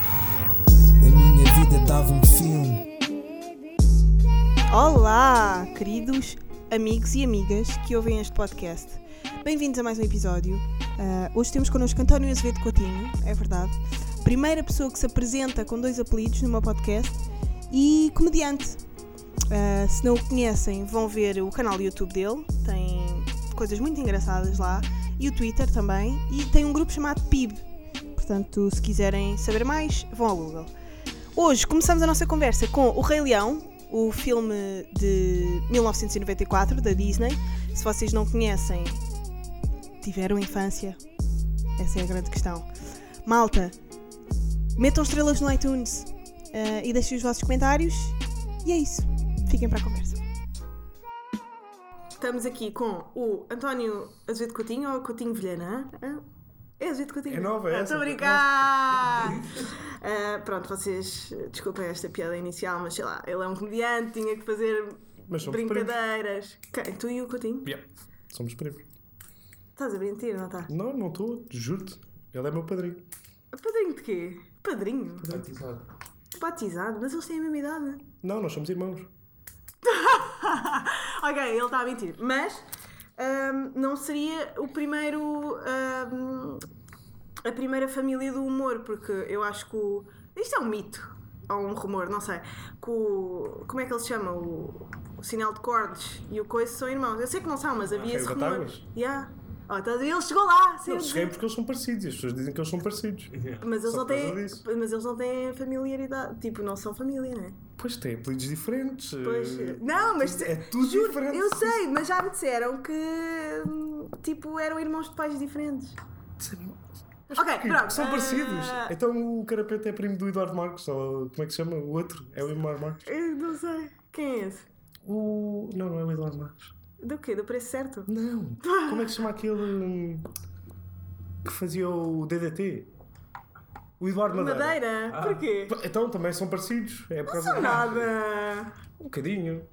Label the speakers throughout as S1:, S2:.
S1: A minha vida dava um filme.
S2: Olá, queridos amigos e amigas que ouvem este podcast. Bem-vindos a mais um episódio. Ah, hoje temos connosco António Azevedo Coutinho, é verdade. Primeira pessoa que se apresenta com dois apelidos no meu podcast e comediante. Ah, se não o conhecem, vão ver o canal do YouTube dele, tem coisas muito engraçadas lá, e o Twitter também, e tem um grupo chamado PIB. Portanto, se quiserem saber mais, vão ao Google. Hoje começamos a nossa conversa com O Rei Leão, o filme de 1994 da Disney. Se vocês não conhecem, tiveram infância? Essa é a grande questão. Malta, metam estrelas no iTunes eh, e deixem os vossos comentários. E é isso. Fiquem para a conversa. Estamos aqui com o António Azevedo Coutinho ou Coutinho Vilhena? É Azevedo Coutinho.
S3: É nova essa,
S2: Estou a
S3: foi
S2: brincar! Ah, pronto, vocês eh, desculpem esta piada inicial, mas sei lá, ele é um comediante, tinha que fazer
S3: Mas somos
S2: brincadeiras. Quem? Tu e o Coutinho?
S3: Yeah. Somos primos.
S2: Estás a mentir, não tá? está?
S3: Não, não estou, juro-te. Ele é meu padrinho.
S2: Padrinho de quê? Padrinho?
S4: Batizado.
S2: Batizado, mas eles têm a mesma idade.
S3: Não, nós somos irmãos.
S2: ok, ele está a mentir. Mas ahm, não seria o primeiro. ahm, a primeira família do humor, porque eu acho que o. Isto é um mito, ou um rumor, não sei. Que o, como é que ele se chama? O, o sinal de cordes e o coice são irmãos. Eu sei que não são, mas havia
S3: Raio
S2: esse
S3: Ah, da
S2: rumor.
S3: Tábuas?
S2: Yeah. Oh, então ele chegou lá, sem
S3: Eu
S2: eu
S3: cheguei
S2: dizer.
S3: porque eles são parecidos e as pessoas dizem que eles são parecidos.
S2: mas eles,
S3: só
S2: não
S3: por
S2: têm,
S3: causa disso.
S2: mas eles não têm familiaridade. Tipo, não são família, não é?
S3: Pois têm apelidos diferentes.
S2: Pois,
S3: eh,
S2: não, mas
S3: é tudo
S2: juro,
S3: diferente.
S2: Eu sei, mas já me disseram que hum, tipo eram irmãos de pais diferentes. ok,
S3: que-
S2: pronto.
S3: São
S2: ah,
S3: parecidos. Então o Carapete é primo do Eduardo Marcos, ou como é que se chama? O outro? É o Eduardo Marcos.
S2: eu não sei. Quem é esse?
S3: O. Não, não é o Eduardo Marcos.
S2: Do quê? Do preço certo?
S3: Não.
S2: Ah.
S3: Como é que se chama aquele. hum, que fazia o DDT? O Eduardo Madeira.
S2: Madeira? Porquê?
S3: Então também são parecidos. É por causa
S2: Nada.
S3: Um bocadinho.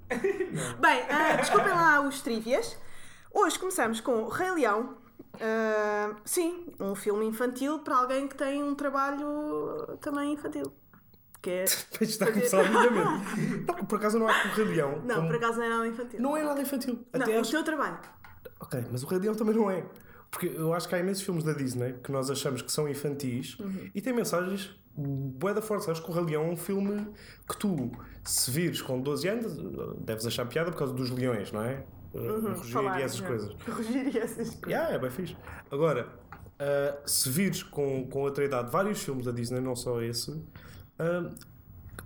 S2: Bem, ah, desculpem lá os trivias. Hoje começamos com Rei Leão. Ah, sim, um filme infantil para alguém que tem um trabalho também infantil. Que é...
S3: Pois está a começar lindamente. Não, por acaso não há que o Rei Leão.
S2: Não,
S3: como-
S2: por acaso não é nada infantil.
S3: Não é nada infantil.
S2: Não,
S3: Até
S2: o
S3: acho-
S2: teu trabalho.
S3: Ok, mas o Rei Leão também não é. Porque eu acho que há imensos filmes da Disney que nós achamos que são infantis
S2: Uhum.
S3: e têm mensagens bué da força. Acho que o Rei Leão é um filme que tu, se vires com 12 anos, deves achar piada por causa dos leões, não é? Uh, rugir
S2: Uhum, falar, é.
S3: e essas
S2: já.
S3: coisas.
S2: Corrigir essas coisas.
S3: Yeah, é bem fixe. Agora, ah, se vires com, com outra idade vários filmes da Disney, não só esse, ah,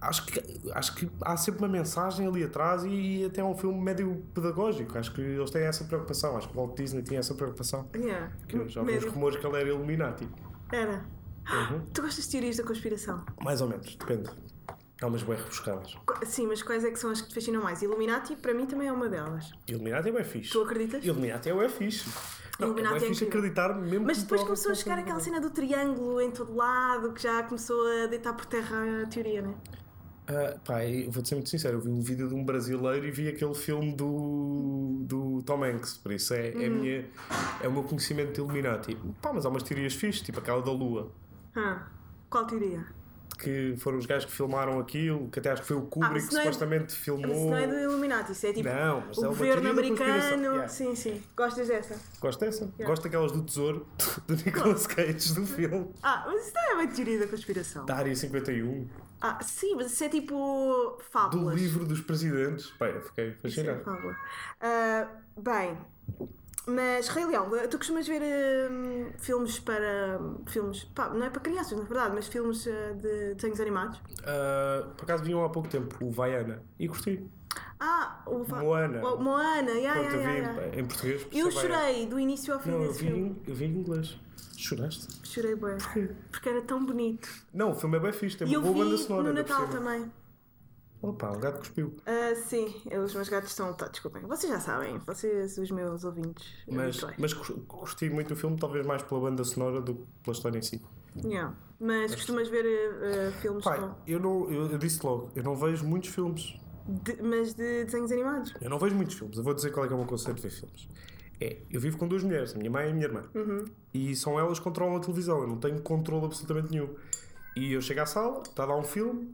S3: acho, que, acho que há sempre uma mensagem ali atrás e, e até é um filme médio pedagógico. Acho que eles têm essa preocupação. Acho que o Walt Disney tinha essa preocupação.
S2: Yeah.
S3: Que eu já ouvi os
S2: Hum, Médio.
S3: rumores que ele era Illuminati.
S2: Era.
S3: Uhum.
S2: Tu gostas de teorias da conspiração?
S3: Mais ou menos, depende. Há umas bem rebuscadas.
S2: Co- Sim, mas quais é que são as que te fascinam mais? Illuminati, para mim, também é uma delas.
S3: Illuminati é bem fixe.
S2: Tu acreditas?
S3: Illuminati é bem fixe. Não,
S2: Illuminati
S3: é
S2: é
S3: bem fixe
S2: incrível.
S3: acreditar mesmo
S2: Mas
S3: que
S2: depois
S3: prova
S2: começou a
S3: que
S2: chegar
S3: não
S2: aquela
S3: seja
S2: cena do triângulo em todo lado, que já começou a deitar por terra a teoria, né?
S3: Ah, pá, eu vou-te ser muito sincero, eu vi um vídeo de um brasileiro e vi aquele filme do, do Tom Hanks, por isso é,
S2: Hum.
S3: é, a minha, é o meu conhecimento de Illuminati. Pá, mas há umas teorias fixes, tipo aquela da Lua,
S2: Ah, qual teoria?
S3: que foram os gajos que filmaram aquilo, que até acho que foi o Kubrick
S2: mas
S3: que
S2: não é-
S3: supostamente
S2: Mas isso
S3: filmou.
S2: não é do Illuminati, isso é tipo
S3: Não, mas
S2: o
S3: é uma
S2: governo
S3: teoria da
S2: americano.
S3: conspiração. Yeah.
S2: Sim, sim. Gostas dessa?
S3: Gosto dessa, gosto daquelas do tesouro do Nicolas
S2: Oh.
S3: Cage do filme,
S2: Ah, mas isso não é uma teoria da conspiração.
S3: da Área 51,
S2: Ah, sim, mas isso é tipo fábulas.
S3: do livro dos presidentes. Pá, eu fiquei
S2: Sim, por
S3: fascinado.
S2: favor. Ah, bem, mas Rei Leão, tu costumas ver hum, filmes para. filmes. pá, não é para crianças, na verdade, mas filmes ah, de desenhos animados.
S3: Ah, por acaso vinham há pouco tempo o Vaiana e curti.
S2: Ah, o. va-
S3: Moana.
S2: o- Moana, yeah, yeah,
S3: Pronto, eu vi
S2: yeah,
S3: em-
S2: yeah.
S3: em português. por
S2: Eu
S3: ser Vaiana.
S2: chorei do início ao fim
S3: né? Não, eu
S2: desse
S3: vi,
S2: filme.
S3: em- eu vi em inglês. Choraste?
S2: Chorei bem. Porque era tão bonito.
S3: Não, o filme é bem fixe, tem
S2: E eu
S3: uma boa
S2: vi
S3: banda sonora.
S2: no
S3: ainda por
S2: Natal
S3: cima.
S2: também.
S3: Opa, o gato cuspiu.
S2: Ah, sim, os meus gatos estão. Tá, desculpem. Vocês já sabem, vocês, os meus ouvintes. é
S3: Mas,
S2: habituais.
S3: mas cus- gostei muito do filme, talvez mais pela banda sonora do que pela história em si.
S2: Yeah. Mas costumas ver ah, ah, filmes
S3: Pai,
S2: com.
S3: eu, não, eu, eu disse logo, eu não vejo muitos filmes.
S2: De- mas de desenhos animados.
S3: Eu não vejo muitos filmes, eu vou dizer qual é que é o meu conceito de ver filmes. É, eu vivo com duas mulheres, a minha mãe e a minha irmã. E são elas que controlam a televisão, eu não tenho controle absolutamente nenhum. E eu chego à sala, está a dar um filme,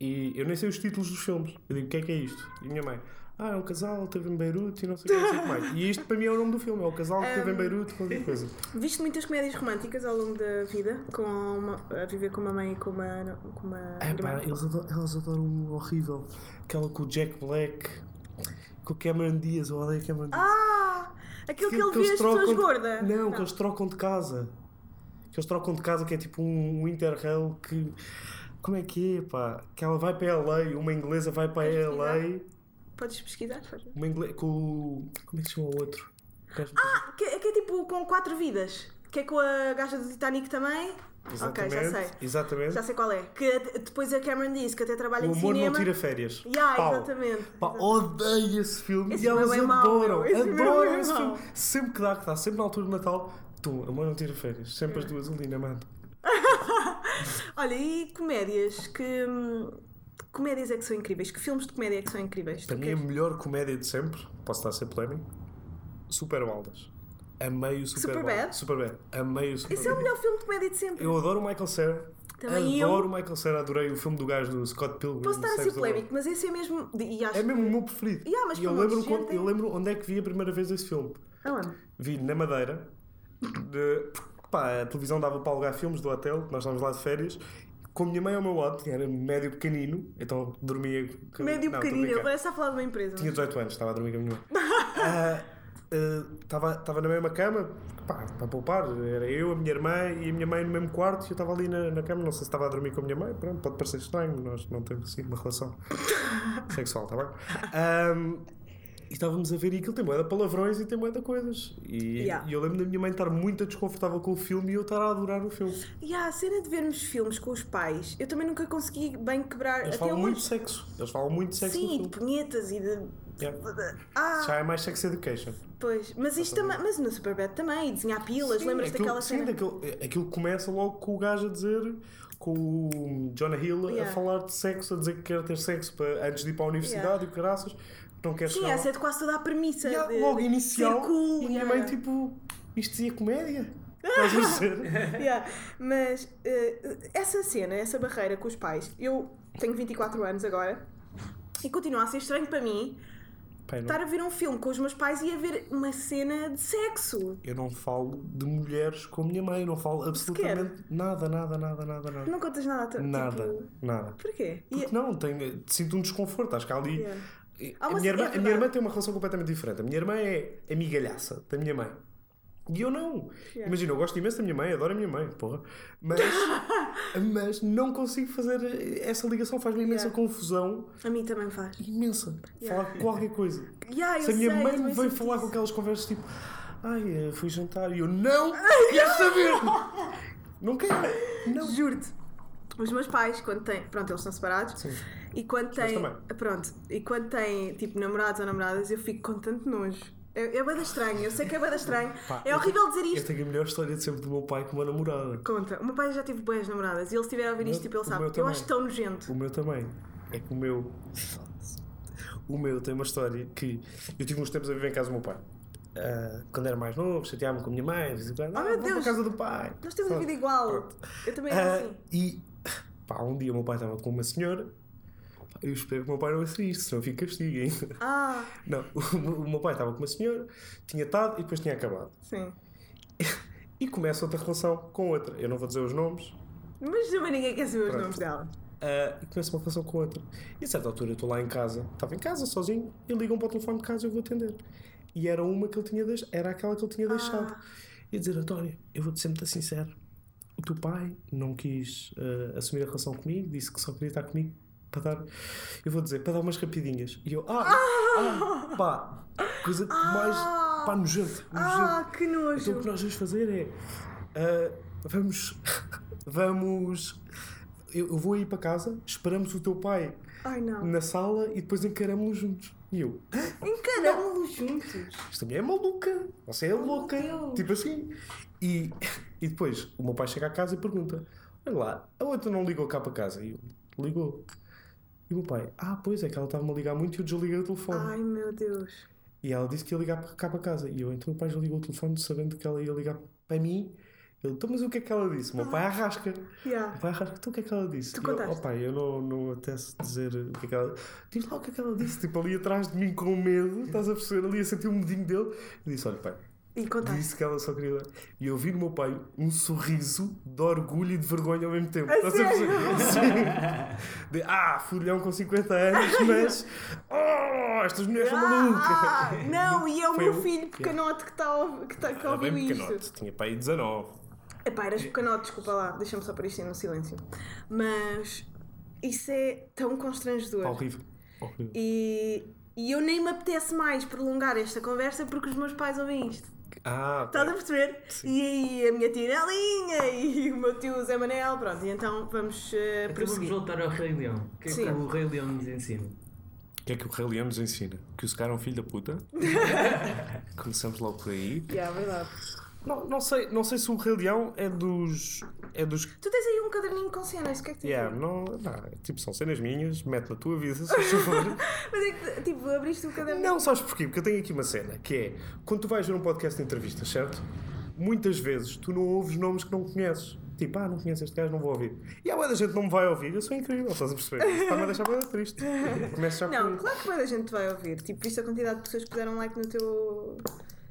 S3: e eu nem sei os títulos dos filmes. Eu digo, o que é que é isto? E a minha mãe, ah, é um casal que teve em Beirute e não sei o que, não sei o que mais. E isto para mim é o nome do filme, é o casal que teve em Beirute, qualquer coisa.
S2: Viste muitas comédias românticas ao longo da vida, com uma- a viver com uma mãe e com uma, com uma
S3: É,
S2: irmã.
S3: pá, eles adoram- elas adoram o horrível. Aquela com o Jack Black, com o Cameron Diaz, eu odeio Cameron Diaz.
S2: Ah! Aquilo que, ele
S3: eles
S2: vê as pessoas
S3: trocam de-
S2: gordas.
S3: Não, que eles trocam de casa. Que eles trocam de casa, que é tipo um, um interrail que. Como é que é, pá? Que ela vai para LA, uma inglesa vai para
S2: Queres
S3: LA,
S2: Podes pesquisar? podes.
S3: uma inglesa. Com. o- Como é que se chama o outro? Ah,
S2: Que, que é tipo com quatro vidas. Que é com a gaja do Titanic também. Ok, já sei.
S3: Exatamente.
S2: Já sei qual é. Que at- depois a Cameron disse que até trabalha
S3: o
S2: em
S3: amor
S2: cinema.
S3: não tira férias.
S2: Yeah,
S3: Pau.
S2: exatamente.
S3: Pá, odeio esse filme
S2: Esse
S3: e elas
S2: filme é mau,
S3: adoram.
S2: meu. Esse filme é
S3: adoram
S2: muito
S3: esse
S2: mau.
S3: filme. Sempre que dá, que dá, sempre na altura do Natal, tu, amor não tira férias. Sempre
S2: É.
S3: as duas ali na mão.
S2: Olha, e comédias que. hum, Comédias é que são incríveis. Que filmes de comédia é que são incríveis?
S3: Para
S2: Tu
S3: mim, a
S2: queres-
S3: melhor comédia de sempre, posso estar a ser polémico, Super Baldas. Amei o Super
S2: Superbad?
S3: Baldas. Superbad. Amei o Super
S2: Esse é o melhor filme de comédia de sempre.
S3: Eu adoro o Michael Cera.
S2: Também
S3: adoro
S2: eu.
S3: o Michael Cera. Adorei o filme do gajo do Scott Pilgrim.
S2: Posso estar a ser
S3: Saves the World.
S2: polémico, mas esse é mesmo. E acho
S3: É mesmo o meu preferido.
S2: Yeah, mas
S3: e eu
S2: para um
S3: lembro,
S2: adolescente
S3: quando-
S2: é-
S3: eu lembro onde é que vi a primeira vez esse filme.
S2: Aonde?
S3: Vi na Madeira. De, pá, a televisão dava para alugar filmes do hotel, nós estávamos lá de férias. Com a minha mãe ao meu lado, que era médio pequenino, então dormia.
S2: Médio
S3: Não, estou a
S2: pequenino,
S3: brincar.
S2: parece a falar de uma empresa.
S3: Tinha 18 anos, estava a dormir com a minha mãe. Ah, ah, Estava estava na mesma cama, pá, para poupar, era eu, a minha irmã e a minha mãe no mesmo quarto, e eu estava ali na, na cama, não sei se estava a dormir com a minha mãe, pronto, pode parecer estranho, nós não temos assim uma relação sexual, está bem? Ahm, e estávamos a ver e aquilo tem moeda palavrões e tem moeda coisas. E,
S2: Yeah.
S3: e eu lembro da minha mãe estar muito desconfortável com o filme e eu estar a adorar o filme.
S2: E há a cena de vermos filmes com os pais, eu também nunca consegui bem quebrar.
S3: Eles
S2: até
S3: falam
S2: hoje.
S3: muito de sexo, eles falam muito de sexo
S2: Sim,
S3: no
S2: de
S3: filme.
S2: punhetas e de.
S3: Yeah.
S2: Ah,
S3: Já é mais sex education.
S2: pois. Mas isto também. Mas no Superbad também, e desenhar pilas,
S3: Sim,
S2: lembras
S3: aquilo-
S2: daquela
S3: sim,
S2: cena?
S3: daquilo- eh, aquilo começa logo com o gajo a dizer, com o Jonah Hill
S2: Yeah.
S3: a falar de sexo, a dizer que quer ter sexo para, antes de ir para a universidade e o caraças, que não quer
S2: Sim,
S3: chegar lá.
S2: essa é de quase toda a premissa.
S3: Yeah,
S2: de-
S3: logo
S2: de
S3: inicial,
S2: Ser cool,
S3: e a minha
S2: yeah.
S3: mãe tipo, isto dizia comédia? Estás a dizer?
S2: Yeah, Mas eh, essa cena, essa barreira com os pais, eu tenho 24 anos agora e continua a ser estranho para mim
S3: Pai, não-
S2: estar a ver um filme com os meus pais e a ver uma cena de sexo.
S3: eu não falo de mulheres com a minha mãe, não falo absolutamente nada, nada, nada, nada, nada.
S2: Não contas nada. tu-
S3: nada,
S2: Tipo,
S3: nada.
S2: porquê? E-
S3: Porque não, tenho, sinto um desconforto. Acho que há ali.
S2: Yeah. Há
S3: A,
S2: uma-
S3: minha irmã,
S2: é
S3: a minha irmã
S2: verdade.
S3: tem uma relação completamente diferente. A minha irmã é amigalhaça da minha mãe. E eu não.
S2: Yeah.
S3: Imagina, eu gosto imenso da minha mãe, adoro a minha mãe, porra. Mas, mas não consigo fazer. Essa ligação faz-me imensa
S2: Yeah.
S3: confusão.
S2: A mim também faz.
S3: Imensa.
S2: Yeah.
S3: Falar qualquer coisa.
S2: Yeah, eu
S3: Se a minha
S2: sei, eu
S3: mãe
S2: também
S3: me veio
S2: sinto
S3: falar
S2: isso.
S3: com aquelas conversas tipo. Ai, eh, fui jantar e eu não quero saber! Não quero! Não!
S2: Juro-te. Os meus pais, quando têm. Pronto, eles estão separados.
S3: Sim.
S2: E quando têm.
S3: também.
S2: Pronto, e quando têm, tipo, namorados ou namoradas, eu fico com tanto nojo. É, é bada estranho, eu sei que é bada estranho.
S3: Pá,
S2: é
S3: eu-
S2: horrível dizer
S3: Eu
S2: isto.
S3: tenho a melhor história de sempre do meu pai com uma namorada.
S2: Conta, o meu pai já teve boas namoradas e ele estiver a ouvir
S3: O
S2: isto,
S3: meu-
S2: tipo, ele
S3: o meu
S2: sabe. Eu
S3: também.
S2: acho tão nojento.
S3: O meu também. É que o meu. O meu tem uma história que. Eu tive uns tempos a viver em casa do meu pai. Ah, quando era mais novo, chateava-me com a minha mãe, de vez em quando,
S2: Oh,
S3: "Ah,
S2: meu
S3: vou para a
S2: Deus.
S3: casa do pai.
S2: Nós temos a
S3: Sabe?
S2: vida igual.
S3: Pronto.
S2: Eu também
S3: Ah,
S2: era assim.
S3: E pá, um dia o meu pai estava com uma senhora. Pá, Eu espero que o meu pai não assista, senão fica castigo ainda.
S2: Ah,
S3: Não, o meu- o meu pai estava com uma senhora, tinha estado e depois tinha acabado.
S2: sim.
S3: E começa outra relação com outra. Eu não vou dizer os nomes,
S2: Mas também ninguém quer saber os
S3: Pronto.
S2: nomes dela.
S3: Ah, e começo uma relação com outra. E a certa altura eu estou lá em casa, estava em casa sozinho, e ligam para o telefone de casa e eu vou atender. E era uma que ele tinha deix... era aquela que ele tinha deixado. E dizer, António, eu vou-te ser muito sincero. O teu pai não quis ah, assumir a relação comigo, disse que só queria estar comigo para dar, eu vou dizer, para dar umas rapidinhas. E eu, ah, ah, pá, coisa de mais, pá, nojento, nojento.
S2: Ah, que
S3: Então o que
S2: nojo.
S3: nós vamos fazer é. ah, vamos. vamos. Eu, eu vou ir para casa, esperamos o teu pai
S2: Ai, não.
S3: na sala e depois encaramos-lo juntos. E eu,
S2: Encaramos-los um juntos.
S3: esta mulher é maluca, você é louca.
S2: Deus.
S3: Tipo assim. E, e depois o meu pai chega a casa e pergunta: Olha lá, a outra não ligou cá para casa. E eu, ligou. E o meu pai, ah, pois é que ela estava-me a ligar muito e eu desliguei o telefone.
S2: Ai meu Deus.
S3: E ela disse que ia ligar para cá para casa. E eu, então o pai já ligou o telefone sabendo que ela ia ligar para mim. Ele, então, mas o que é que ela disse? O meu pai arrasca. O
S2: Yeah.
S3: pai arrasca, então o que é que ela disse?
S2: Tu
S3: E eu,
S2: contaste?
S3: "Oh, pai, eu não, não atesto dizer o que é que ela Diz lá o que é que ela disse. Tipo, ali atrás de mim com medo, estás a perceber? Ali a sentir o medinho dele. Eu disse, olha, pai,
S2: E contaste.
S3: disse que ela só queria. E eu vi no meu pai um sorriso de orgulho e de vergonha ao mesmo tempo.
S2: A
S3: Estás perceber? Sim. De, ah, fulhão com 50 anos, mas. Oh, estas mulheres são
S2: Ah,
S3: malucas.
S2: não, e é o
S3: Foi
S2: meu
S3: eu.
S2: filho pequenote que, tá, a- que, tá, que
S3: Era
S2: ouviu
S3: bem
S2: isto.
S3: pequenote, tinha pai 19.
S2: Epá, eras pequenote, desculpa lá, deixa-me só pôr isto aí no silêncio. Mas isso é tão constrangedor.
S3: Pá, horrível. Horrível.
S2: E, e eu nem me apetece mais prolongar esta conversa porque os meus pais ouvem isto.
S3: Ah,
S2: Estás a perceber? E aí a minha tia Nelinha e o meu tio Zé Manel, pronto, e então vamos
S5: Então
S2: eh,
S5: vamos
S2: prosseguir.
S5: voltar ao Rei Leão. O que é
S2: Sim.
S5: que o Rei Leão nos ensina?
S3: o que é que o Rei Leão nos ensina? Que o Scar é um filho da puta. Começamos logo por aí.
S2: Yeah, verdade.
S3: Não, não, sei, não sei se o Rei Leão é dos. É dos
S2: Tu tens aí um caderninho com cenas, o que é que tu
S3: Yeah, não, não, tipo, são cenas minhas, mete na tua vida, se faz favor.
S2: Mas é que, tipo, abriste o caderninho.
S3: não, sabes porquê? Porque eu tenho aqui uma cena, que é, quando tu vais ver um podcast de entrevistas, certo? Muitas vezes tu não ouves nomes que não conheces. Tipo, ah, não conheço este gajo, não vou ouvir. E a da gente que não me vai ouvir, eu sou incrível, estás a perceber? Isso está-me a deixar bem triste. Começo já
S2: Não,
S3: por...
S2: claro que toda a gente vai ouvir. Tipo, viste a quantidade de pessoas que puseram like no teu,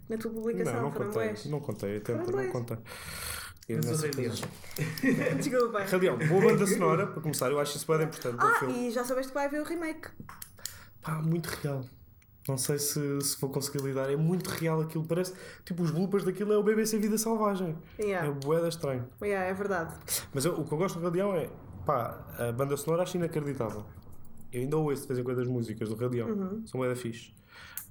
S2: na tua publicação.
S3: não, não
S2: foram
S3: contei,
S2: bués.
S3: não contei, eu tento
S2: Foram
S3: não
S2: dois.
S3: contar. Eu
S5: Mas
S3: não
S5: o
S3: sei
S5: Rei Leão.
S3: coisas.
S2: Desculpa.
S3: Rei Leão, boa banda sonora, para começar, eu acho isso bem importante para o
S2: Ah,
S5: um
S3: filme.
S2: e já soubeste que vai haver o remake.
S3: Pá, muito real. Não sei se, se vou conseguir lidar. É muito real aquilo. Parece. Tipo, os bloopers daquilo é o BBC Vida Selvagem.
S2: Yeah.
S3: É boeda estranho.
S2: Yeah, é verdade.
S3: Mas eu- o que eu gosto do Radião é. Pá, a banda sonora acho inacreditável. Eu ainda ouço de vez em quando as músicas do Radião.
S2: Uhum.
S3: São boeda fixe.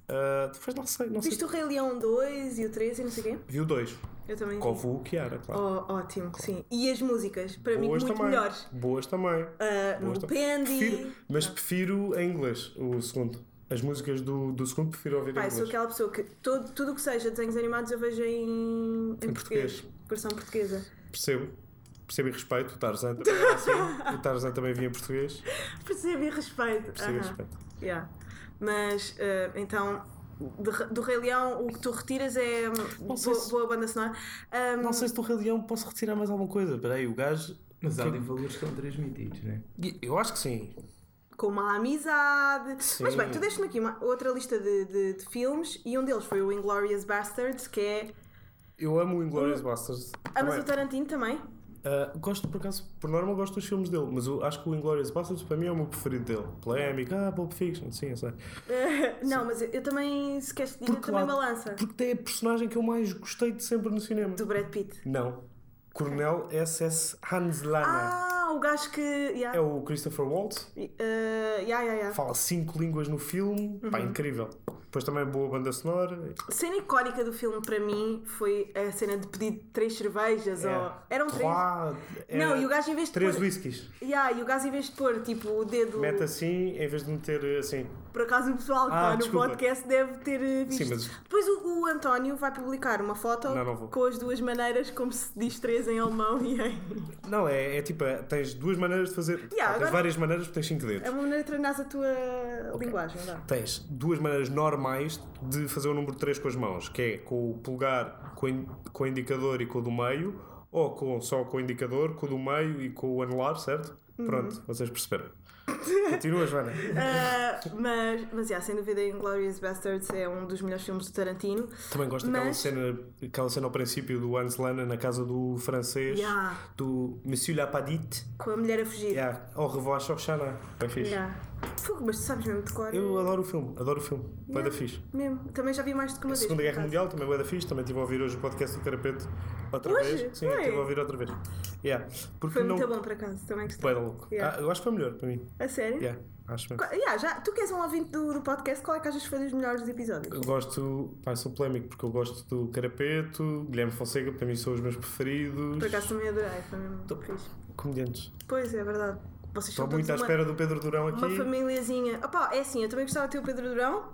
S3: Ah, depois não sei. Não sei.
S2: Viste o Rei Leão 2 e o 3 e não sei o quê?
S3: Vi o 2.
S2: Eu também.
S3: Com
S2: vi.
S3: o Kiara, claro.
S2: Oh, ótimo, sim. E as músicas, para mim,
S3: Boas
S2: muito
S3: também.
S2: melhores.
S3: Boas também.
S2: Ah,
S3: Boas
S2: no
S3: tam-
S2: Pendy. Ah.
S3: Prefiro- mas prefiro em inglês o segundo. As músicas do, do segundo prefiro ouvir em
S2: Pai, sou
S3: inglês.
S2: aquela pessoa que todo, tudo o que seja desenhos animados eu vejo em, em,
S3: Em
S2: português.
S3: português.
S2: Versão portuguesa.
S3: Percebo. Percebo e respeito. O Tarzan também era assim. o Tarzan também vinha em português.
S2: Percebo e respeito.
S3: Percebo e
S2: Aham.
S3: respeito.
S2: Yeah. Mas eh, então, de- do Rei Leão, o que tu retiras é hum,
S3: Não sei
S2: boa,
S3: se-
S2: boa banda sonora. Hum,
S3: Não sei se do Rei Leão posso retirar mais alguma coisa. Espera aí, o gajo.
S5: Mas há ali valores que são transmitidos, né?
S3: Eu acho que sim.
S2: Com uma amizade.
S3: Sim.
S2: Mas bem, tu deste-me aqui uma, outra lista de, de- de filmes e um deles foi o Inglorious Bastards, que é.
S3: Eu amo o Inglourious Basterds. Ah,
S2: Amas Ah, o Tarantino também?
S3: gosto, por acaso, por norma, gosto dos filmes dele, mas eu acho que o Inglourious Basterds para mim é o meu preferido dele. Polémica, ah, Pulp Fiction, sim, eu sei.
S2: Eh, não, mas eu, eu também, se queres dizer, eu
S3: É, Porque
S2: também
S3: lá-
S2: balança.
S3: Porque tem a personagem que eu mais gostei de sempre no cinema.
S2: Do Brad Pitt.
S3: Não. Coronel S.S. Hans Lana.
S2: Ah, o gajo que. Yeah.
S3: É o Christopher Waltz.
S2: Eh, yeah, yeah, yeah.
S3: Fala cinco línguas no filme. Pá,
S2: Uhum.
S3: incrível. Depois também boa banda sonora.
S2: A cena icónica do filme para mim foi a cena de pedir três cervejas ou. Eram três.
S3: Trois,
S2: Não,
S3: é,
S2: e o gajo em vez de
S3: Três
S2: pôr.
S3: whiskies.
S2: Yeah, e o gajo em vez de pôr tipo o dedo.
S3: Mete assim em vez de meter assim.
S2: Por acaso o pessoal que
S3: Ah,
S2: está no
S3: desculpa.
S2: podcast deve ter eh, visto.
S3: Sim, mas-
S2: Depois o, o António vai publicar uma foto
S3: Não, não vou.
S2: com as duas maneiras, como se diz três em alemão e em.
S3: Não, é, é tipo, é, tens duas maneiras de fazer. Ah,
S2: agora-
S3: Tens várias maneiras porque tens cinco dedos.
S2: É uma maneira de treinar a tua linguagem, vá.
S3: Tens duas maneiras normais de fazer o número 3 com as mãos, que é com o polegar, com, o in- com o indicador e com o do meio, ou com, só com o indicador, com o do meio e com o anular, certo?
S2: Uhum.
S3: Pronto, vocês perceberam. Continua, Joana.
S2: Ah, mas, mas yeah, sem dúvida, Inglorious Bastards é um dos melhores filmes do Tarantino.
S3: Também gosto daquela
S2: Mas-
S3: cena, aquela cena ao princípio do Hans Lana na casa do francês,
S2: Yeah.
S3: do Monsieur Lapadite.
S2: Com a mulher a fugir.
S3: Yeah. Ao revoar Xoxana. Bem fixe.
S2: Yeah. Fogo, mas tu sabes mesmo de cor.
S3: Eu adoro o filme, adoro o filme. Bué da
S2: Yeah.
S3: fixe.
S2: Mesmo. Também já vi mais do que uma vez.
S3: Segunda
S2: por
S3: Guerra
S2: acaso.
S3: Mundial, também bué da fixe. Também estive a ouvir hoje o podcast do Carapete outra
S2: Hoje?
S3: vez. Sim,
S2: Ué.
S3: estive a ouvir outra vez. Yeah. Porque
S2: Foi
S3: não...
S2: muito bom, por acaso. Também gostei.
S3: Bué da louco.
S2: Yeah.
S3: Ah, eu acho que foi melhor para mim.
S2: A sério?
S3: Yeah, acho mesmo.
S2: Qual- yeah, já, tu que és um ouvinte do, do podcast, qual é que achas que foi dos melhores episódios?
S3: Eu gosto, pá, sou polémico porque eu gosto do Carapeto, Guilherme Fonseca, para mim são os meus preferidos.
S2: Por acaso também adorei, foi mesmo fixe.
S3: Comediantes.
S2: Pois, é verdade. Vocês
S3: Estou
S2: são
S3: muito à
S2: todos uma,
S3: espera do Pedro Durão aqui.
S2: uma famíliazinha. Opa, é assim, eu também gostava de ter o Pedro Durão,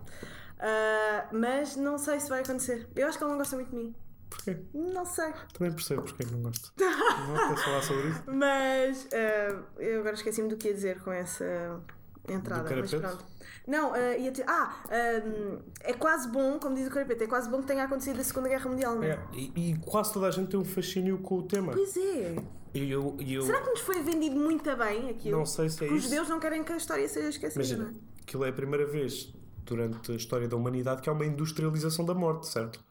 S2: ah, mas não sei se vai acontecer. Eu acho que ele não gosta muito de mim.
S3: Porquê?
S2: Não sei.
S3: Também percebo porque é que não gosto. não posso falar sobre isso.
S2: Mas ah, eu agora esqueci-me do que ia dizer com essa. entrada.
S3: Do
S2: Mas
S3: Carapete?
S2: pronto. Não, eh, ia dizer- ah, hum, é quase bom, como diz o Carapete, é quase bom que tenha acontecido a Segunda Guerra Mundial, não é?
S3: É, e, e quase toda a gente tem um fascínio com o tema.
S2: Pois é.
S3: E eu, e eu
S2: Será que nos foi vendido muito bem aquilo?
S3: não sei se é
S2: que os
S3: isso.
S2: judeus não querem que a história seja esquecida,
S3: Imagina,
S2: não é?
S3: aquilo é a primeira vez durante a história da humanidade que há uma industrialização da morte, certo?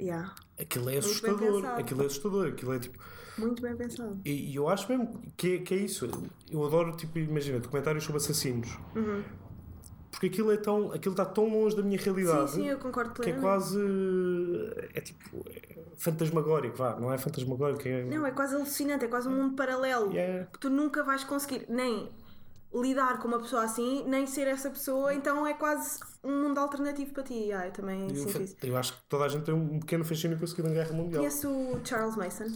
S2: Yeah.
S3: Aquilo é
S2: bem
S3: assustador.
S2: pensado.
S3: Aquilo é assustador. Aquilo é tipo.
S2: Muito bem pensado.
S3: E, e eu acho mesmo que é, que é isso. Eu adoro, tipo, imagina, documentários sobre assassinos.
S2: Uhum.
S3: Porque aquilo é tão. Aquilo está tão longe da minha
S2: Sim,
S3: realidade.
S2: sim, eu concordo
S3: Que é
S2: plenamente.
S3: quase. É tipo. é fantasmagórico, vá. Não é fantasmagórico. É,
S2: Não, é quase alucinante, é quase um mundo paralelo
S3: Yeah.
S2: que tu nunca vais conseguir nem lidar com uma pessoa assim, nem ser essa pessoa, então é quase um mundo alternativo para ti. Ah, eu também
S3: eu,
S2: sinto isso.
S3: eu acho que toda a gente tem um pequeno fascínio com a Segunda Guerra Mundial.
S2: Conheço o Charles Mason,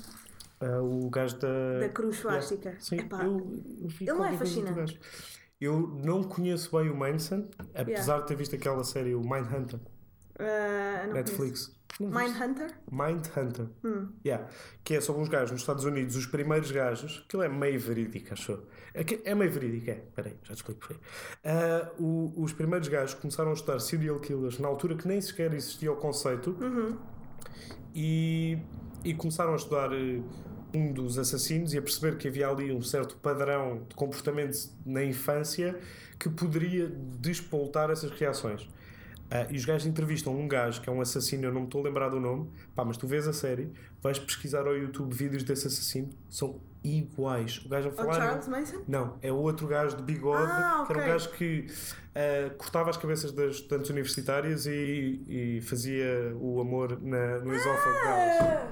S3: Ah, o gajo da.
S2: da Cruz Suástica.
S3: Sim,
S2: Epá,
S3: eu, eu vi
S2: Ele não é
S3: qualquer coisa do
S2: fascinante.
S3: gajo. Eu não conheço bem o Manson, apesar
S2: Yeah.
S3: de ter visto aquela série, o Mindhunter,
S2: ah, não
S3: Netflix.
S2: conheço. Mindhunter?
S3: Mindhunter. Yeah. Que é sobre uns gajos nos Estados Unidos, os primeiros gajos. Aquilo é meio verídico, acho eu. É que- É meio verídico, é. Espera aí, já te explico. porquê. Ah, o- os primeiros gajos começaram a estudar serial killers na altura que nem sequer existia o conceito. E, e começaram a estudar eh, um dos assassinos e a perceber que havia ali um certo padrão de comportamento na infância que poderia despoltar essas reações. Ah, e os gajos entrevistam um gajo que é um assassino, eu não me estou a lembrar do nome, pá, mas tu vês a série, vais pesquisar ao YouTube vídeos desse assassino, são iguais. O gajo a
S2: Ou
S3: falar.
S2: Oh, Charles Mason?
S3: Não, é outro gajo de bigode,
S2: Ah,
S3: que era
S2: ok.
S3: um gajo que ah, cortava as cabeças das estudantes universitárias e, e fazia o amor na- no esófago delas.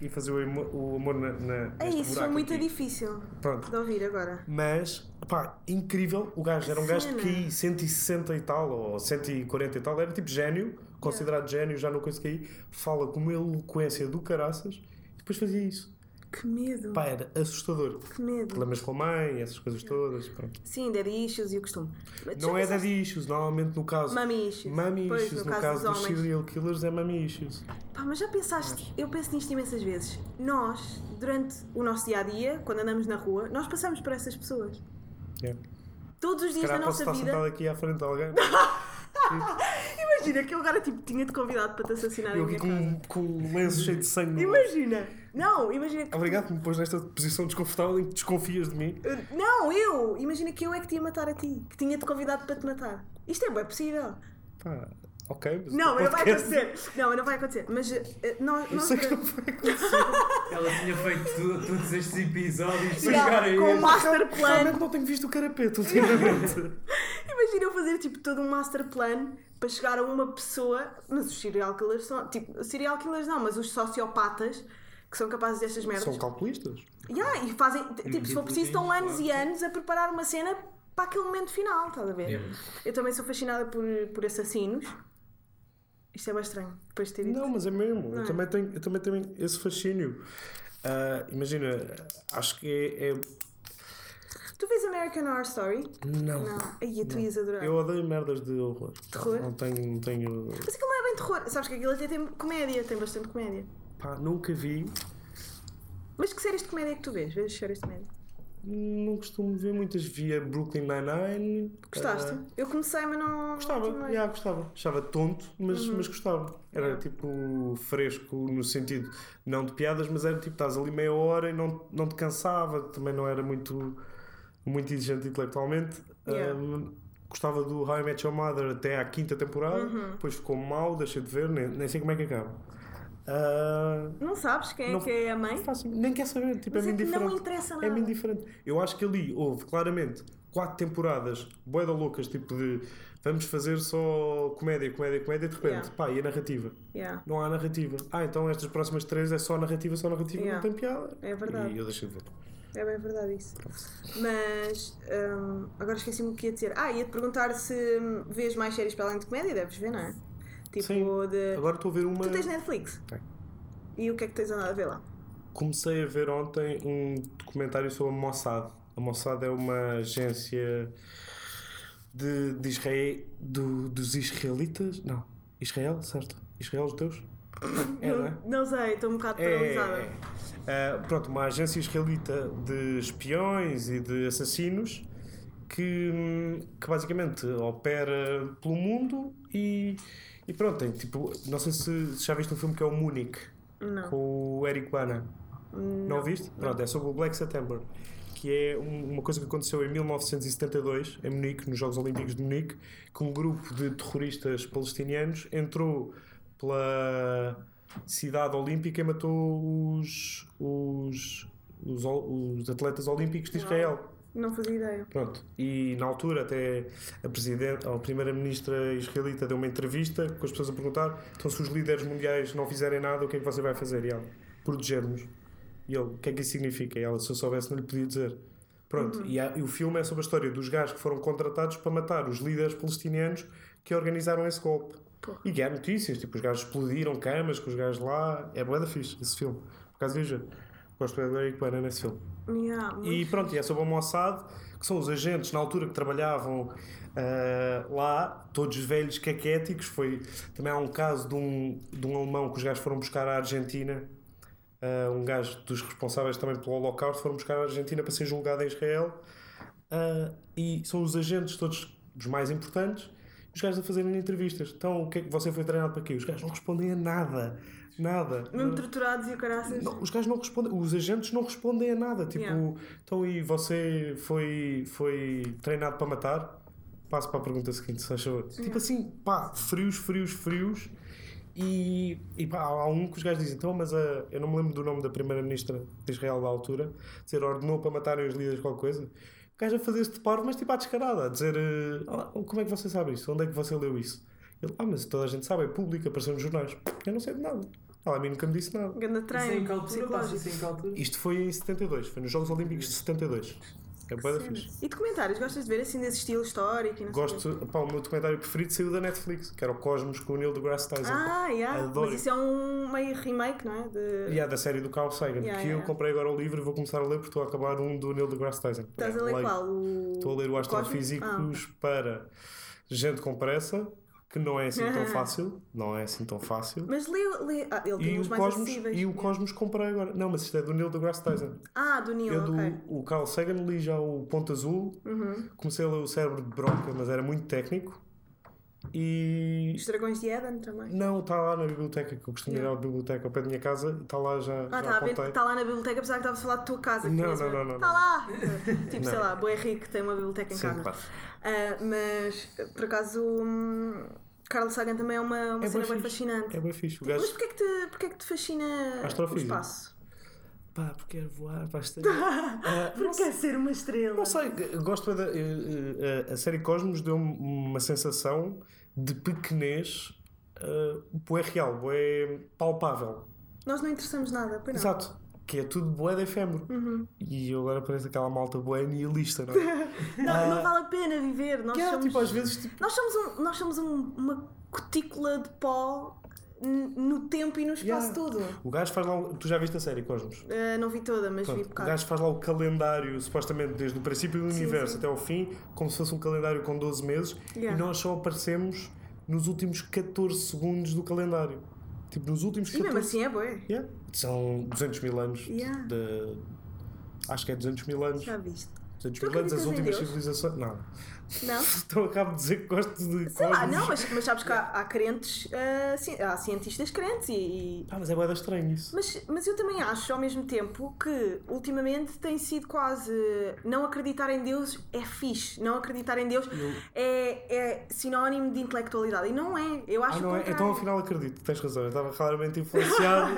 S3: E fazia o, emo- o amor na. na
S2: Ah! É
S3: neste
S2: isso, foi
S3: buraco
S2: muito
S3: aqui.
S2: difícil
S3: Pronto.
S2: de ouvir agora.
S3: Mas, pá, incrível. O gajo era um gajo
S2: Cena.
S3: de QI 160 e tal, ou 140 e tal, era tipo gênio, considerado gênio, já não consegui QI, fala com uma eloquência do caraças e depois fazia isso.
S2: Que medo,
S3: Pá, era assustador.
S2: que medo.
S3: Problemas com a mãe, essas coisas todas, pronto.
S2: Sim, daddy issues e o costume. Mas tu
S3: Não
S2: já
S3: é
S2: pensaste-
S3: daddy issues, normalmente no caso.
S2: Mummy issues.
S3: Mummy
S2: Pois,
S3: issues, no, caso, dos
S2: homens.
S3: serial killers é mummy issues.
S2: Pá, mas já pensaste, eu penso nisto imensas vezes. Nós, durante o nosso dia a dia, quando andamos na rua, nós passamos por essas pessoas.
S3: Yeah.
S2: Todos os
S3: Se
S2: dias da
S3: calhar posso
S2: nossa
S3: estar sentado
S2: vida.
S3: aqui à frente de alguém.
S2: Imagina que eu agora tipo, tinha-te convidado para te assassinar
S3: Eu
S2: em
S3: aqui
S2: minha
S3: com,
S2: casa.
S3: um- com um lenço cheio de sangue. no olho.
S2: Imagina! Não, imagina que.
S3: Obrigado por me pôs nesta posição desconfortável em que desconfias de mim.
S2: Eu- eh, Não, eu! Imagina que eu é que te ia matar a ti, que tinha-te convidado para te matar. Isto é bem possível.
S3: Pá, ok. Mas
S2: Não, mas não vai
S3: podcast-
S2: acontecer. Não, mas não vai acontecer. Mas eh, nós.
S3: Eu
S2: nós
S3: sei que não vai acontecer.
S5: Ela tinha feito tu- todos estes episódios
S2: Não, com o master plan.
S3: Realmente não tenho visto o carapete ultimamente.
S2: Imagina eu fazer tipo todo um master plan para chegar a uma pessoa, mas os serial killers são, tipo, os serial killers não, mas os sociopatas que são capazes destas merdas.
S3: São calculistas.
S2: Yeah, e fazem, t- tipo, se for
S5: tipo,
S2: preciso, estão
S5: sim,
S2: anos e
S5: claro.
S2: anos a preparar uma cena para aquele momento final, estás a ver?
S5: Yeah.
S3: É.
S2: Eu também sou fascinada por, por assassinos. Isto é bem estranho, depois de ter dito.
S3: Não, mas é mesmo.
S2: Não é?
S3: Eu, também tenho, eu também tenho esse fascínio. Ah, imagina, acho que é- é
S2: Tu vês American Horror Story?
S3: Não.
S2: Não. Aí tu ias adorar.
S3: Eu odeio merdas de horror.
S2: Terror?
S3: Não tenho. Não tenho
S2: Mas aquilo não é bem terror. Sabes que aquilo até tem comédia, tem bastante comédia.
S3: pá, nunca vi.
S2: Mas que séries de comédia é que tu vês? Vês séries de comédia?
S3: Não costumo ver muitas. Via Brooklyn Nine-Nine.
S2: Gostaste?
S3: Ah,
S2: eu comecei, mas não.
S3: gostava,
S2: não
S3: já
S2: continuei.
S3: gostava. Achava tonto, mas,
S2: Uhum.
S3: mas gostava. Era tipo fresco no sentido, não de piadas, mas era tipo, estás ali meia hora e não, não te cansava. Também não era muito, muito exigente intelectualmente.
S2: Yeah.
S3: Ah, gostava do How I Met Your Mother até à quinta temporada.
S2: Uhum.
S3: Depois ficou mal, deixei de ver, nem, nem sei como é que acaba. Ah,
S2: Não sabes quem é
S3: Não-
S2: que é a
S3: Não
S2: mãe?
S3: faço- nem quer saber, tipo,
S2: Mas
S3: é-me
S2: é que
S3: indiferente.
S2: não interessa nada.
S3: É-me indiferente. Eu acho que ali houve claramente quatro temporadas boeda loucas, tipo de vamos fazer só comédia, comédia, comédia, e de repente,
S2: Yeah.
S3: pá, e a narrativa?
S2: Yeah.
S3: Não há narrativa. Ah, então estas próximas três é só narrativa, só narrativa,
S2: Yeah.
S3: não tem piada.
S2: É verdade.
S3: E eu deixei de ver.
S2: É bem verdade isso. Mas hum, agora esqueci-me o que ia dizer. Ah, ia te perguntar se hum, vês mais séries para além de comédia, deves ver, não é? Tipo
S3: Sim.
S2: de.
S3: Agora estou a ver uma.
S2: Tu tens Netflix?
S3: Tenho.
S2: E o que é que tens andado a ver lá?
S3: Comecei a ver ontem um documentário sobre a Mossad. A Mossad é uma agência de, de Israel, do- dos israelitas. Não, Israel, certo? Israel, os teus? É, não é?
S2: não, não sei, estou um bocado
S3: É,
S2: paralisada.
S3: é. Ah, pronto, uma agência israelita de espiões e de assassinos que, que basicamente opera pelo mundo e, e pronto, tem tipo. Não sei se se já viste um filme que é o Munich
S2: Não.
S3: com o Eric Bana. Não, viste? Pronto, é sobre o Black September, que é um- uma coisa que aconteceu em 1972, em Munique, nos Jogos Olímpicos de Munique, que um grupo de terroristas palestinianos entrou pela cidade olímpica e matou os, os, os, ol- os atletas olímpicos de Israel.
S2: Não fazia ideia.
S3: Pronto, e na altura até a, presidente, ou a primeira-ministra israelita deu uma entrevista com as pessoas a perguntar então se os líderes mundiais não fizerem nada, o que é que você vai fazer? E ela, proteger-nos. E ele, o que é que isso significa? E ela, se eu soubesse, não lhe podia dizer. Pronto, e, há- e o filme é sobre a história dos gajos que foram contratados para matar os líderes palestinianos que organizaram esse golpe. E que há notícias, tipo, os gajos explodiram camas com os gajos lá. É bué da fixe esse filme. Por acaso, veja, gosto bué do Eric Bana nesse filme.
S2: Yeah,
S3: E
S2: muito-
S3: pronto, e é sobre o Mossad, que são os agentes na altura que trabalhavam ah, lá, todos velhos, caquéticos. Foi, também há um caso de um, de um alemão que os gajos foram buscar à Argentina. Ah, um gajo dos responsáveis também pelo Holocausto foram buscar à Argentina para ser julgado em Israel. Ah, e são os agentes todos os mais importantes. e Os gajos a fazerem entrevistas. Então, o que é que você foi treinado para quê? Os gajos não respondem a nada. Nada.
S2: Mesmo torturados e o caraças.
S3: Não, os gajos não respondem, os agentes não respondem a nada. Tipo,
S2: Yeah.
S3: então e você foi, foi treinado para matar? Passo para a pergunta seguinte, se faz favor. Tipo assim, pá, frios, frios, frios. E, e pá, há um que os gajos dizem, então, mas a, eu não me lembro do nome da primeira-ministra de Israel da altura, dizer, ordenou para matarem os líderes de qualquer coisa. O gajo a fazer-se de parvo, mas tipo à descarada, a dizer, eh, "Ah, como é que você sabe isso? Onde é que você leu isso? Ele, ah, mas toda a gente sabe, é público, apareceu nos jornais. Eu não sei de nada. Ela a mim nunca me disse nada.
S2: Ganda
S5: Sem
S2: treino.
S5: caltura, passa
S2: psicológico.
S5: sem caltura.
S3: Isto foi em 72, foi nos Jogos Olímpicos de 72. É bué da fixe.
S2: E documentários? Gostas de ver assim desse estilo histórico? E não sei o quê?
S3: Gosto, pá, o meu documentário preferido saiu da Netflix, que era o Cosmos com o Neil deGrasse Tyson.
S2: Ah, yeah.
S3: Adoro.
S2: Mas isso é um meio remake, não é? De...
S3: E é da série do Carl Sagan,
S2: Yeah,
S3: que
S2: yeah,
S3: eu
S2: yeah.
S3: comprei agora o livro e vou começar a ler porque estou a acabar um do Neil deGrasse Tyson.
S2: Estás a ler
S3: Leio.
S2: qual? O...
S3: Estou a ler o
S2: Cosmos? Ah.
S3: Astrofísicos para gente com pressa, que não é assim tão
S2: Ah.
S3: fácil. Não é assim tão fácil.
S2: Mas lê, lê... Ah, ele
S3: E
S2: tem
S3: o,
S2: uns mais
S3: Cosmos,
S2: acessíveis.
S3: e o Cosmos comprei agora. Não, mas isto é do Neil deGrasse Tyson.
S2: Ah, do Neil,
S3: Eu é do
S2: ok. Uhum.
S3: o Carl Sagan li já o Ponto Azul, comecei a ler o Cérebro de Bronca, mas era muito técnico. E
S2: Os Dragões de Eden também.
S3: não, está lá na biblioteca, que eu costumo ir à biblioteca ao pé da minha casa, está lá já.
S2: Ah,
S3: já
S2: está
S3: apontei.
S2: tá lá na biblioteca, apesar que estava a falar da tua casa.
S3: Não, não, não, não,
S2: Está
S3: não.
S2: lá! tipo, sei lá, Boé Rico tem uma biblioteca em
S3: Sim,
S2: casa.
S3: claro.
S2: Ah, mas, por acaso, hum, Carl Sagan também é uma, uma
S3: É
S2: cena
S3: bué
S2: bem
S3: fixe.
S2: fascinante. Tipo,
S3: É bem fixe. O
S2: Mas
S3: gajo,
S2: porquê que te, porquê que te fascina o
S3: Astrofísica.
S2: espaço?
S3: pá, porque quero voar, para a
S2: Porque é ser uma estrela.
S3: Não sei, eu gosto da. eh, eh, A, a série Cosmos deu-me uma sensação de pequenez, eh, bué real, bué palpável.
S2: Nós não interessamos nada, pois não. Uhum.
S3: Exato. Que é tudo bué de efêmero. E eu agora parece aquela malta bué nihilista, não é?
S2: Não, não vale a pena viver. Nós
S3: que é,
S2: somos,
S3: tipo, às vezes, tipo,
S2: nós somos, um- nós somos um- uma cutícula de pó n- no tempo e no espaço
S3: Yeah.
S2: todo.
S3: o gajo faz lá... um- Tu já viste a série, Cosmos?
S2: Ah, não vi toda, mas vi
S3: Pronto, o
S2: bocado.
S3: gajo faz lá o calendário, supostamente, desde o princípio do universo até ao fim, como se fosse um calendário com 12 meses,
S2: Yeah.
S3: e nós só aparecemos nos últimos 14 segundos do calendário. Tipo, nos últimos
S2: E
S3: 14...
S2: mesmo assim é boé.
S3: Yeah. São 200 mil anos
S2: Yeah.
S3: de... Acho que é 200 mil anos.
S2: Já viste?
S3: 200
S2: Tu
S3: mil
S2: acreditas
S3: anos, as
S2: em
S3: últimas
S2: Deus?
S3: civilizações... Não.
S2: Não?
S3: Então acabo de dizer que gosto de
S2: Sei lá,
S3: cosmos.
S2: não, mas, mas sabes que há, há crentes, ah, ci- há cientistas crentes e. e-
S3: Ah, mas é boeda estranho isso.
S2: Mas, mas eu também acho, ao mesmo tempo, que ultimamente tem sido quase não acreditar em Deus é fixe, não acreditar em Deus é, é sinónimo de intelectualidade. E não é, eu acho
S3: Ah,
S2: o
S3: não é?
S2: contrário.
S3: Então afinal acredito, tens razão, eu estava claramente influenciado.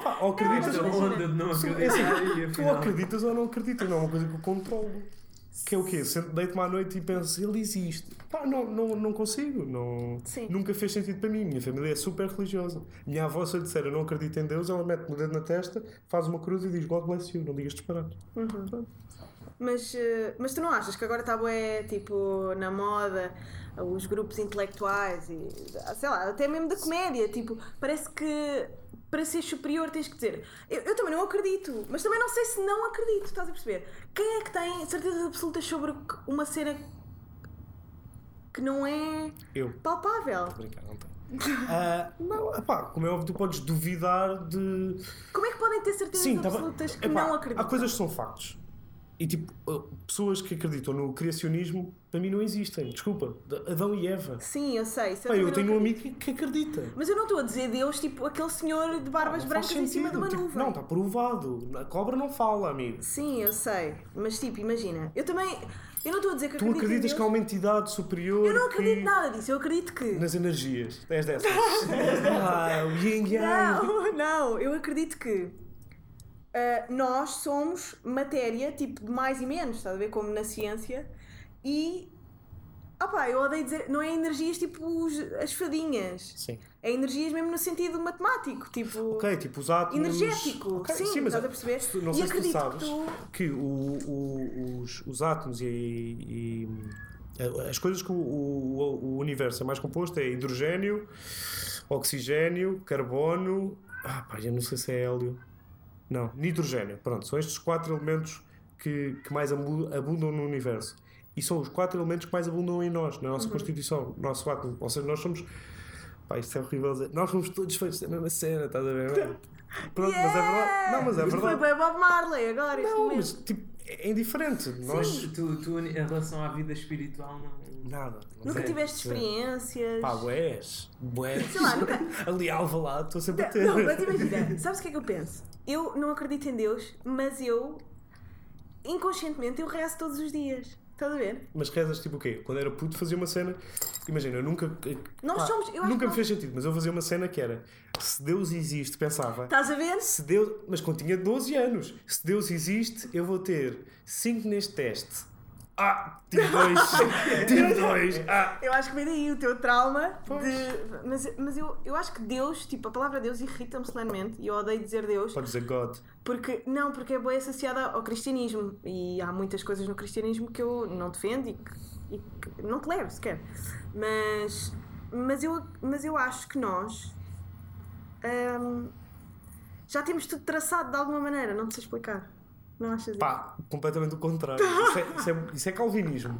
S3: Pá, ou acreditas
S5: Esta
S3: ou
S5: onda de não
S3: é assim,
S5: acreditar e
S3: Tu ou
S5: afinal.
S3: acreditas ou não acreditas, não é uma coisa que eu controlo. Que é o quê? Sento- Deito-me à noite e penso, ele existe. Pá, não, não, não consigo. Não,
S2: Sim.
S3: nunca fez sentido para mim. Minha família é super religiosa. Minha avó, se eu lhe disser eu não acredito em Deus, ela mete-me o dedo na testa, faz uma cruz e diz God bless you, não digas disparado.
S2: Mas, eh, mas tu não achas que agora está bué, tipo, na moda, eh, os grupos intelectuais e, sei lá, até mesmo da comédia, tipo, parece que para ser superior tens que dizer eu, eu também não acredito, mas também não sei se não acredito, estás a perceber? Quem é que tem certezas absolutas sobre que- uma cena que não é
S3: Eu.
S2: palpável?
S3: Brincar, não tem. Ah, não, pá, como é óbvio, tu podes duvidar de.
S2: Como é que podem ter certezas
S3: Sim, tá bem.
S2: absolutas que
S3: Epá,
S2: não
S3: Há
S2: acreditam?
S3: coisas que são factos. E tipo, uh, pessoas que acreditam no criacionismo, para mim não existem. Desculpa, D- Adão e Eva.
S2: Sim, eu sei. isso
S3: Bem,
S2: também
S3: eu
S2: não
S3: tenho um
S2: acredito.
S3: amigo que, que acredita.
S2: Mas eu não estou a dizer Deus, tipo aquele senhor de barbas
S3: Não faz
S2: brancas em cima de
S3: sentido,
S2: uma
S3: tipo,
S2: nuvem.
S3: Não, está provado. A cobra não fala, amigo.
S2: Sim, eu sei. Mas tipo, imagina. Eu também. Eu não estou a dizer que
S3: Tu
S2: acredito. em
S3: acreditas
S2: Deus.
S3: que há uma entidade superior.
S2: Eu não acredito
S3: que-
S2: nada disso. Eu acredito que.
S3: Nas energias. És dessas. ah, o yin yang.
S2: Não, não. Eu acredito que. ah, nós somos matéria, tipo, de mais e menos, estás a ver? Como na ciência. E. Ah pá, eu odeio dizer. Não é energias tipo os- as fadinhas.
S3: Sim.
S2: É energias mesmo no sentido matemático. Tipo.
S3: Ok, tipo os átomos.
S2: Energético,
S3: Ok,
S2: sim, estás a perceber?
S3: se tu- Não
S2: E
S3: sei se tu
S2: acredito
S3: sabes
S2: que tu-
S3: que o- o- os, os átomos e, e- a- as coisas que o, o- o universo é mais composto é hidrogênio, oxigênio, carbono. Ah, pá, eu não sei se é hélio. Não, nitrogênio. Pronto, são estes quatro elementos que, que mais abu- abundam no universo. E são os quatro elementos que mais abundam em nós, na
S2: Uhum.
S3: nossa constituição, no nosso átomo. Ou seja, nós somos. Pá, isto é horrível dizer. Nós somos todos feitos da mesma cena, estás a ver? não é? Pronto, mas é verdade. Não, mas é
S2: Isto foi
S3: verdade.
S2: bem Bob Marley agora, este
S3: Não,
S2: momento.
S3: mas tipo, é indiferente. Nós.
S5: Tu, tu, em relação à vida espiritual não.
S3: Nada. não
S2: Nunca
S3: sei.
S2: tiveste
S3: Sim.
S2: experiências.
S3: Pá, bués. Bués.
S2: Sei lá, nunca-
S3: Ali alva lá, estou sempre a ter.
S2: Não, mas imagina, sabes o que é que eu penso? Eu não acredito em Deus, mas eu inconscientemente eu rezo todos os dias. Estás a ver?
S3: Mas rezas tipo o quê? Quando era puto fazia uma cena. Imagina, eu nunca. eh,
S2: Nós somos- eu acho que
S3: nunca me
S2: nós-
S3: fez sentido, mas eu fazia uma cena que era se Deus existe, pensava.
S2: Estás a ver?
S3: Se Deus, mas quando tinha 12 anos, se Deus existe, eu vou ter 5 neste teste. Ah, tive dois, tive dois. Ah.
S2: Eu acho que vem daí o teu trauma
S3: Pois.
S2: de. Mas, mas eu, eu acho que Deus, tipo, a palavra Deus irrita-me solenemente e eu odeio dizer Deus.
S3: Podes dizer God.
S2: Porque, não, porque é bem associada ao cristianismo e há muitas coisas no cristianismo que eu não defendo e que, e que não tolero sequer. Mas, mas, eu, mas eu acho que nós hum, já temos tudo traçado de alguma maneira, não te sei explicar. Não achas isso?
S3: Pá, completamente o contrário. Isso é, isso é- isso é calvinismo.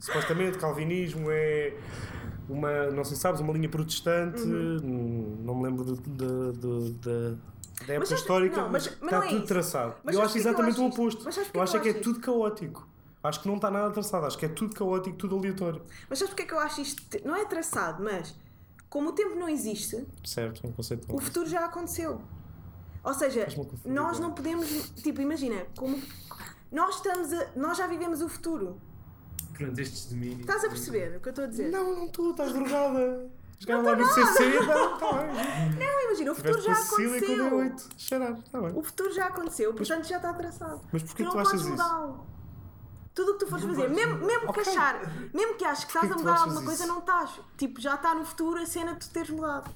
S3: Supostamente, calvinismo é uma, não sei se sabes, uma linha protestante.
S2: Uhum.
S3: hum, Não me lembro do- do- do- da- da época
S2: sabes-
S3: histórica,
S2: não,
S3: mas,
S2: mas- mas
S3: está
S2: não é
S3: tudo
S2: isso.
S3: traçado.
S2: Mas sabes porque
S3: eu acho
S2: é que eu
S3: exatamente o
S2: acho isto?
S3: oposto.
S2: Mas sabes porque
S3: eu
S2: é
S3: acho
S2: que
S3: é
S2: eu
S3: que é
S2: acho
S3: tudo caótico. Acho que não está nada traçado, acho que é tudo caótico, tudo aleatório.
S2: Mas sabes porque é que eu acho isto? te- Não é traçado, mas como o tempo não existe,
S3: Certo, é um conceito
S2: o futuro já aconteceu. Ou seja,
S3: Faz-me confundir
S2: nós
S3: agora.
S2: não podemos. Tipo, imagina, como. Nós, estamos a- nós já vivemos o futuro.
S5: Pronto, estes domínios.
S2: Estás a perceber o que eu estou a dizer?
S3: Não, não tu, estás drogada. Chegaram lá no CC, não, está bem.
S2: Não, imagina, o futuro
S3: Tiveste
S2: já
S3: com Cecília com
S2: aconteceu.
S3: D8. Cheirar, está bem.
S2: O futuro já aconteceu, portanto já está traçado.
S3: Mas porquê
S2: tu
S3: tu
S2: não
S3: achas
S2: podes
S3: isso?
S2: mudá-lo. Tudo o que tu fores fazer, mesmo, mesmo
S3: Ok.
S2: que achar, mesmo que aches que estás
S3: que
S2: a
S3: tu
S2: mudar
S3: achas
S2: alguma coisa,
S3: isso?
S2: não estás. Tipo, já está no futuro a cena de tu teres mudado.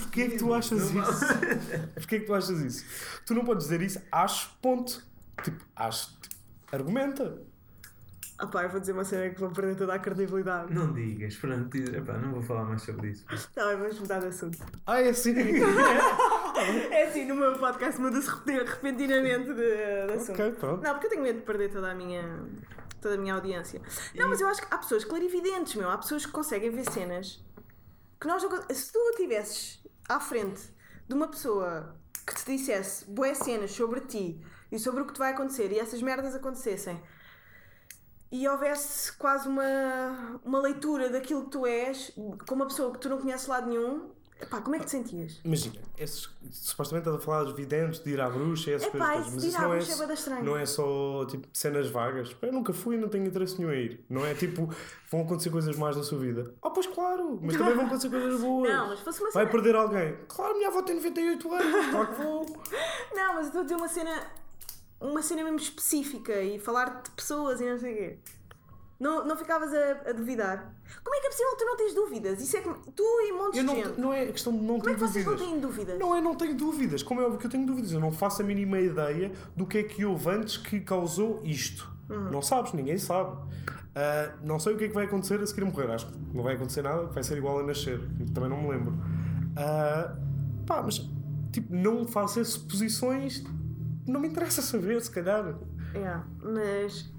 S3: Porquê é que tu achas isso? Porquê é que tu achas isso? Tu não podes dizer isso, acho, ponto. Tipo, acho, tipo, argumenta.
S2: Ah pá, eu vou dizer uma cena que vou perder toda a credibilidade.
S5: Não digas, pronto, diz- epá, não vou falar mais sobre isso.
S2: Tá bem, vamos mudar de assunto.
S3: Ah, é assim.
S2: É assim, no meu podcast muda-se repeti- repentinamente de, de assunto.
S3: ok, pronto.
S2: Não, porque eu tenho medo de perder toda a minha, toda a minha audiência. Não, mas eu acho que há pessoas clarividentes, meu. Há pessoas que conseguem ver cenas que nós não con- Se tu estivesses à frente de uma pessoa que te dissesse boé cenas sobre ti e sobre o que te vai acontecer e essas merdas acontecessem e houvesse quase uma, uma leitura daquilo que tu és com uma pessoa que tu não conheces de lado nenhum, pá, como é que te sentias?
S3: Imagina, esses, supostamente estás a falar dos videntes, de ir à bruxa, essas
S2: Epá,
S3: coisas. todas,
S2: esse de ir
S3: mas isso
S2: à
S3: não é,
S2: bruxa é bué da estranho.
S3: não é só tipo cenas vagas. Eu nunca fui e não tenho interesse nenhum em ir. Não é tipo, vão acontecer coisas más na sua vida. Ah, pois claro, mas também vão acontecer coisas boas.
S2: Não, mas fosse uma
S3: Vai
S2: cena-
S3: perder alguém. Claro, minha avó tem 98 anos, claro que vou.
S2: Não, mas eu estou a dizer uma cena. Uma cena mesmo específica e falar de pessoas e não sei o quê. Não, não ficavas a, a duvidar? Como é que é possível que tu não tens dúvidas? Isso é que. Tu e montes de
S3: Eu não,
S2: gente.
S3: não é questão de não
S2: Como é
S3: ter
S2: que vocês não
S3: dúvidas.
S2: têm dúvidas?
S3: Não, eu não tenho dúvidas. Como é óbvio que eu tenho dúvidas. Eu não faço a mínima ideia do que é que houve antes que causou isto. Não sabes, ninguém sabe. Ah, não sei o que é que vai acontecer a seguir a morrer. Acho que não vai acontecer nada, vai ser igual a nascer. Também não me lembro. Ah, pá, mas tipo, não faço essas suposições. Não me interessa saber, se calhar.
S2: É, mas.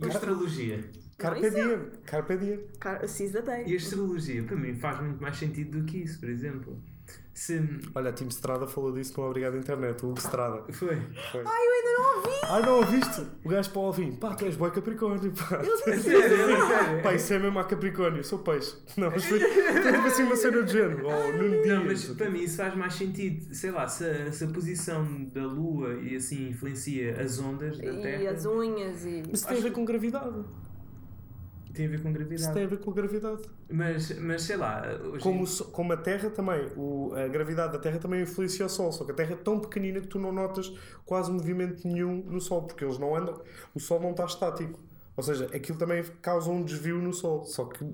S5: E a astrologia?
S3: Carpe
S2: isso é-
S3: diem, carpe diem.
S2: Cara, eu preciso da
S5: E a
S2: day.
S5: astrologia, para mim, faz muito mais sentido do que isso, por exemplo. Se.
S3: Olha, a Tim Strada falou disso no Obrigado Internet, o Hugo Strada.
S5: Foi.
S3: Foi.
S2: Ai, eu ainda não ouvi!
S3: Ah, não ouviste? O gajo para o Alvin, pá, tu és boi Capricórnio, pá.
S5: É sério, é sério.
S3: Pá, isso é mesmo a Capricórnio, sou peixe. Não, mas foi foi tipo assim uma cena de género. Oh, Nuno
S5: Não, mas
S3: Dias.
S5: para mim isso faz mais sentido. Sei lá, se a, se a posição da Lua e assim influencia as ondas da Terra.
S2: E as unhas e.
S3: Mas tem a ver com gravidade.
S5: Tem a ver com
S3: Isso
S5: gravidade.
S3: tem a ver com gravidade.
S5: Mas, mas sei lá, hoje
S3: Como, o Sol- como a Terra também, o- a gravidade da Terra também influencia o Sol, só que a Terra é tão pequenina que tu não notas quase movimento nenhum no Sol, porque eles não andam, o Sol não está estático. Ou seja, aquilo também causa um desvio no Sol, só que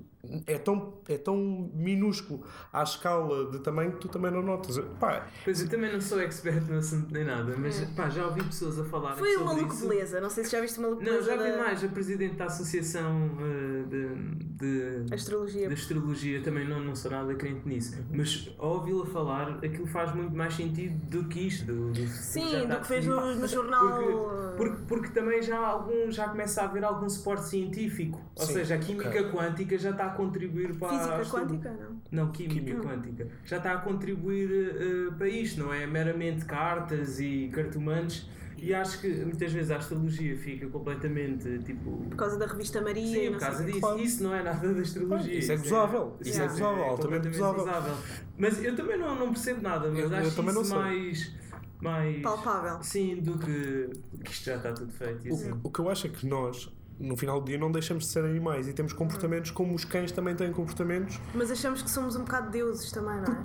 S3: é tão, é tão minúsculo à escala de tamanho que tu também não notas. Pá,
S5: Pois eu também não sou expert no assunto nem nada, mas pá, já ouvi pessoas a falar
S2: É. Foi o
S5: sobre
S2: maluco
S5: isso.
S2: beleza, não sei se já viste o maluco
S5: Não,
S2: beleza.
S5: já vi
S2: da
S5: mais, a presidente da associação eh, de, de,
S2: Astrologia.
S5: de astrologia também não, não sou nada crente nisso, mas ao ouvi-la falar aquilo faz muito mais sentido do que isto. Do, do-
S2: Sim,
S5: já
S2: do
S5: está
S2: que fez
S5: definido.
S2: no- no jornal, eh.
S5: Porque, porque, porque também já, há algum, já começa a haver algum suporte científico, ou
S3: Sim,
S5: seja, a química
S3: ok.
S5: quântica já está a contribuir para a
S2: Física
S5: astro-
S2: quântica, não?
S5: não, química, quântica. Já está a contribuir eh, para isto, não é meramente cartas e cartomantes. E acho que muitas vezes a astrologia fica completamente tipo.
S2: Por causa da revista Maria.
S5: Sim, um
S2: e
S5: por
S2: não
S5: causa
S2: sei o quê.
S5: disso. Isso não é nada da astrologia.
S3: Isso é gozável.
S5: sim,
S2: Isso é
S3: gozável, altamente
S5: completamente
S3: gozável.
S5: Mas eu também não, não percebo nada, mas
S3: Eu- eu
S5: acho
S3: também não
S5: isso
S3: sei.
S5: mais. mais
S2: Palpável.
S5: Sim, do que. que isto já está tudo feito. e assim.
S3: o, o que eu acho é que nós, no final do dia, não deixamos de ser animais e temos comportamentos como os cães também têm comportamentos
S2: Mas achamos que somos um bocado deuses também, não é?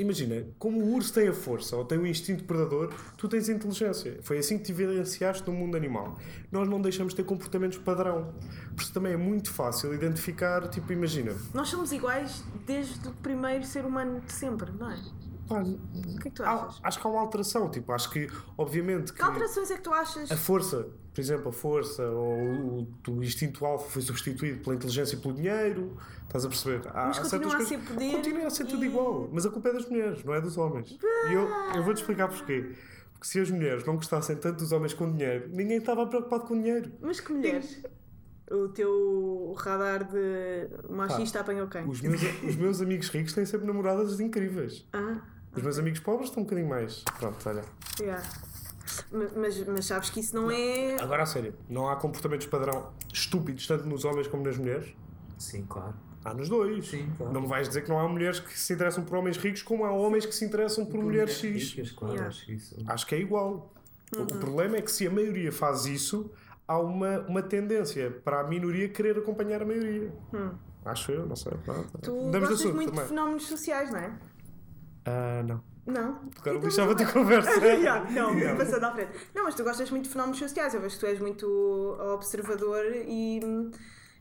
S3: Imagina, como o urso tem a força ou tem o instinto predador, tu tens a inteligência. Foi assim que te evidenciaste no mundo animal. Nós não deixamos de ter comportamentos padrão. Por isso também é muito fácil identificar, tipo, imagina,
S2: Nós somos iguais desde o primeiro ser humano de sempre, não é?
S3: pá,
S2: O que é que tu
S3: há-
S2: achas?
S3: acho que há uma alteração. Tipo, acho que, obviamente, que
S2: Que alterações é que tu achas?
S3: a força, por exemplo, a força ou o, o instinto alfa foi substituído pela inteligência e pelo dinheiro. Estás a perceber? Há,
S2: Mas
S3: há
S2: continua
S3: certas
S2: a
S3: coisas-
S2: ser poder
S3: Continua a ser tudo
S2: e-
S3: igual. Mas a culpa é das mulheres, não é dos homens. E eu, eu vou-te explicar porquê. Porque se as mulheres não gostassem tanto dos homens com dinheiro, ninguém estava preocupado com dinheiro.
S2: Mas que mulheres? O teu radar de machista apanhou quem?
S3: Os meus, os meus amigos ricos têm sempre namoradas incríveis.
S2: Ah,
S3: Os meus amigos pobres estão um bocadinho mais. Pronto, olha.
S2: yeah. Ma- mas, mas sabes que isso não é.
S3: Agora a sério, não há comportamentos padrão estúpidos tanto nos homens como nas mulheres?
S5: Sim, claro.
S3: Há nos dois.
S5: Sim, claro.
S3: Não me vais dizer que não há mulheres que se interessam por homens ricos como há homens que se interessam por, mulheres X.
S5: Ricas, claro,
S2: Yeah.
S5: acho isso.
S3: Acho que é igual.
S2: Uhum.
S3: O problema é que se a maioria faz isso, há uma, uma tendência para a minoria querer acompanhar a maioria. Acho eu, não sei. Pronto.
S2: Hum. Tu
S3: Mudamos de
S2: gostas
S3: assunto
S2: muito
S3: também.
S2: de fenómenos sociais, não é?
S3: Ah, não.
S2: Não.
S3: Agora
S2: Então-
S3: lixava-te a conversa.
S2: Yeah, não, passando à frente. Não, mas tu gostas muito de fenómenos sociais, eu vejo que tu és muito observador e,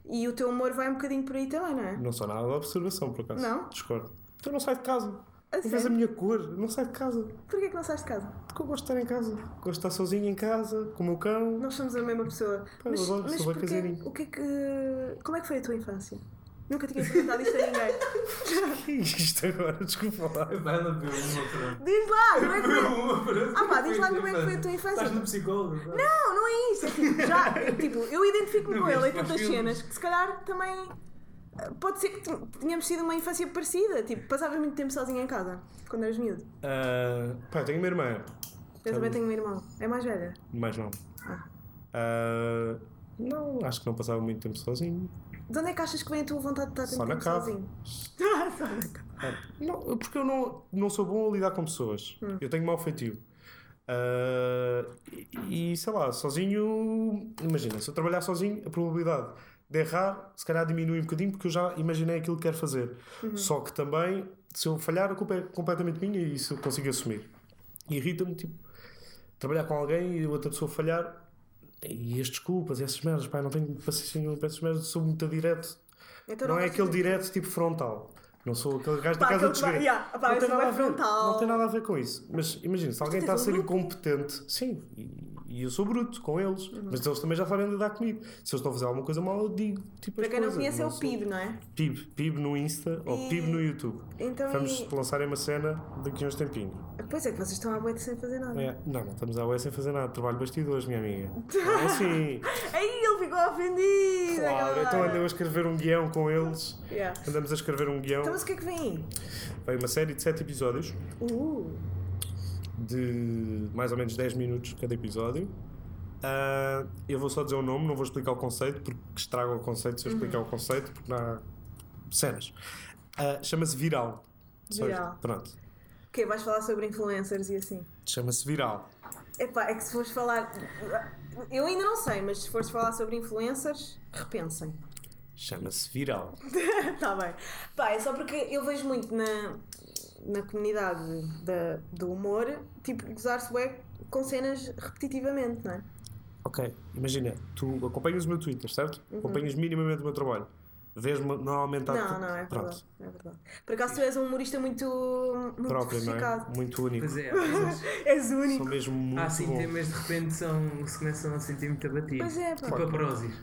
S2: e o teu humor vai um bocadinho por aí também, não é?
S3: Não sou nada de observação, por acaso.
S2: Não? Ah,
S3: Discordo. Então não saio de casa.
S2: A
S3: não vês a
S2: sério?
S3: minha cor, não saio de casa.
S2: Porquê que não sais de casa?
S3: Porque eu gosto de estar em casa. Gosto de estar sozinho em casa, com o meu cão.
S2: Nós somos a mesma pessoa.
S3: eu
S2: mas
S3: adoro,
S2: mas
S3: sou bem
S2: porquê-
S3: caseirinho.
S2: o que é que. Como é que foi a tua infância? Nunca tinha perguntado isto a ninguém.
S3: Isto agora, desculpa lá.
S5: Ela viu uma frase.
S2: Diz lá, como é que foi?
S5: Uma frase.
S2: Ah pá, diz lá como é que foi a tua infância.
S5: Estás no psicólogo.
S2: Não, não é isso. É tipo, já, tipo eu identifico-me
S5: Não
S2: com ele em
S5: viste
S2: tantas
S5: mais filmes?
S2: cenas que se calhar também. eh, Pode ser que ten- tenhamos tido uma infância parecida. Tipo, passavas muito tempo sozinha em casa quando eras miúdo.
S3: Ah, pá, tenho uma irmã.
S5: Tá
S2: Eu também tenho um irmão. É mais velha.
S3: Mais não. Ah, não, acho que não passava muito tempo sozinho.
S2: De onde é que achas que vem a tua vontade de estar
S3: Só
S2: tanto
S3: na
S2: tempo
S3: cave.
S2: sozinho? Só na cave.
S3: Não, eu- porque eu não, não sou bom a lidar com pessoas. Eu tenho mau feitio. Ah, e e, sei lá, sozinho. Imagina, se eu trabalhar sozinho, a probabilidade de errar se calhar diminui um bocadinho porque eu já imaginei aquilo que quero fazer. Só que também, se eu falhar, a culpa é completamente minha e isso eu consigo assumir. E Irrita-me, tipo, trabalhar com alguém e outra pessoa falhar e as desculpas e essas merdas, pá, não tenho paciência nenhuma para essas merdas, sou muito direto.
S2: Então
S3: não é
S2: gostas
S3: aquele
S2: de-
S3: direto tipo frontal. Não sou aquele gajo
S2: Pá,
S3: da casa
S2: aquele
S3: de
S2: que vai-
S3: segredo.
S2: yeah, pá,
S3: não,
S2: esse
S3: tem nada
S2: não é
S3: a ver,
S2: frontal.
S3: não tem nada a ver com isso. Mas imagina, se alguém
S2: tu
S3: está a
S2: tens um
S3: ser
S2: grupo.
S3: incompetente, sim, e, e eu sou bruto com eles, mas eles também já sabem lidar comigo. Se eles estão a fazer alguma coisa mal, eu digo tipo
S2: Para
S3: as
S2: quem não
S3: coisas,
S2: conhece é o
S3: sou-
S2: PIB, não é?
S3: PIB, PIB no Insta ou
S2: E-
S3: PIB no YouTube.
S2: Então
S3: Vamos
S2: e-
S3: lançar aí uma cena daqui a uns tempinhos.
S2: Pois é que vocês estão à boia sem fazer nada.
S3: É, não, não estamos à UES sem fazer nada. Trabalho bastidores, minha amiga. É assim.
S2: Aí ele ficou ofendida.
S3: Claro,
S2: galera.
S3: então andam a escrever um guião com eles.
S2: Yeah.
S3: Andamos a escrever um guião.
S2: Então, mas o que é que vem aí?
S3: Vai uma série de 7 episódios,
S2: Uh,
S3: de mais ou menos 10 minutos cada episódio. Ah, eu vou só dizer o nome, não vou explicar o conceito, porque estraga o conceito se eu
S2: Uhum.
S3: explicar o conceito, porque não há cenas. Ah, Chama-se Viral. Só isto.
S2: Viral.
S3: Pronto.
S2: ok, vais falar sobre influencers e assim.
S3: Chama-se Viral.
S2: Epá, é que se fores falar. Eu ainda não sei, mas se fores falar sobre influencers, repensem.
S3: Chama-se Viral.
S2: Está bem. Pá, é só porque eu vejo muito na, na comunidade da, do humor, tipo, gozar-se bué com cenas repetitivamente, não é?
S3: Ok, imagina, tu acompanhas o meu Twitter, certo? Acompanhas minimamente o meu trabalho. Vês-me normalmente à
S2: Uhum. Não, não, é verdade.
S3: Pronto,
S2: É verdade. Por acaso tu és um humorista muito, muito
S3: próprio, não é?
S2: sofisticado.
S3: Muito único.
S5: Pois é, às vezes
S2: És único.
S3: Sou mesmo muito
S5: há assim
S3: bom.
S5: temas de repente são, se começam a sentir muito abatidos.
S2: Pois é, pá.
S5: Tipo a prósis.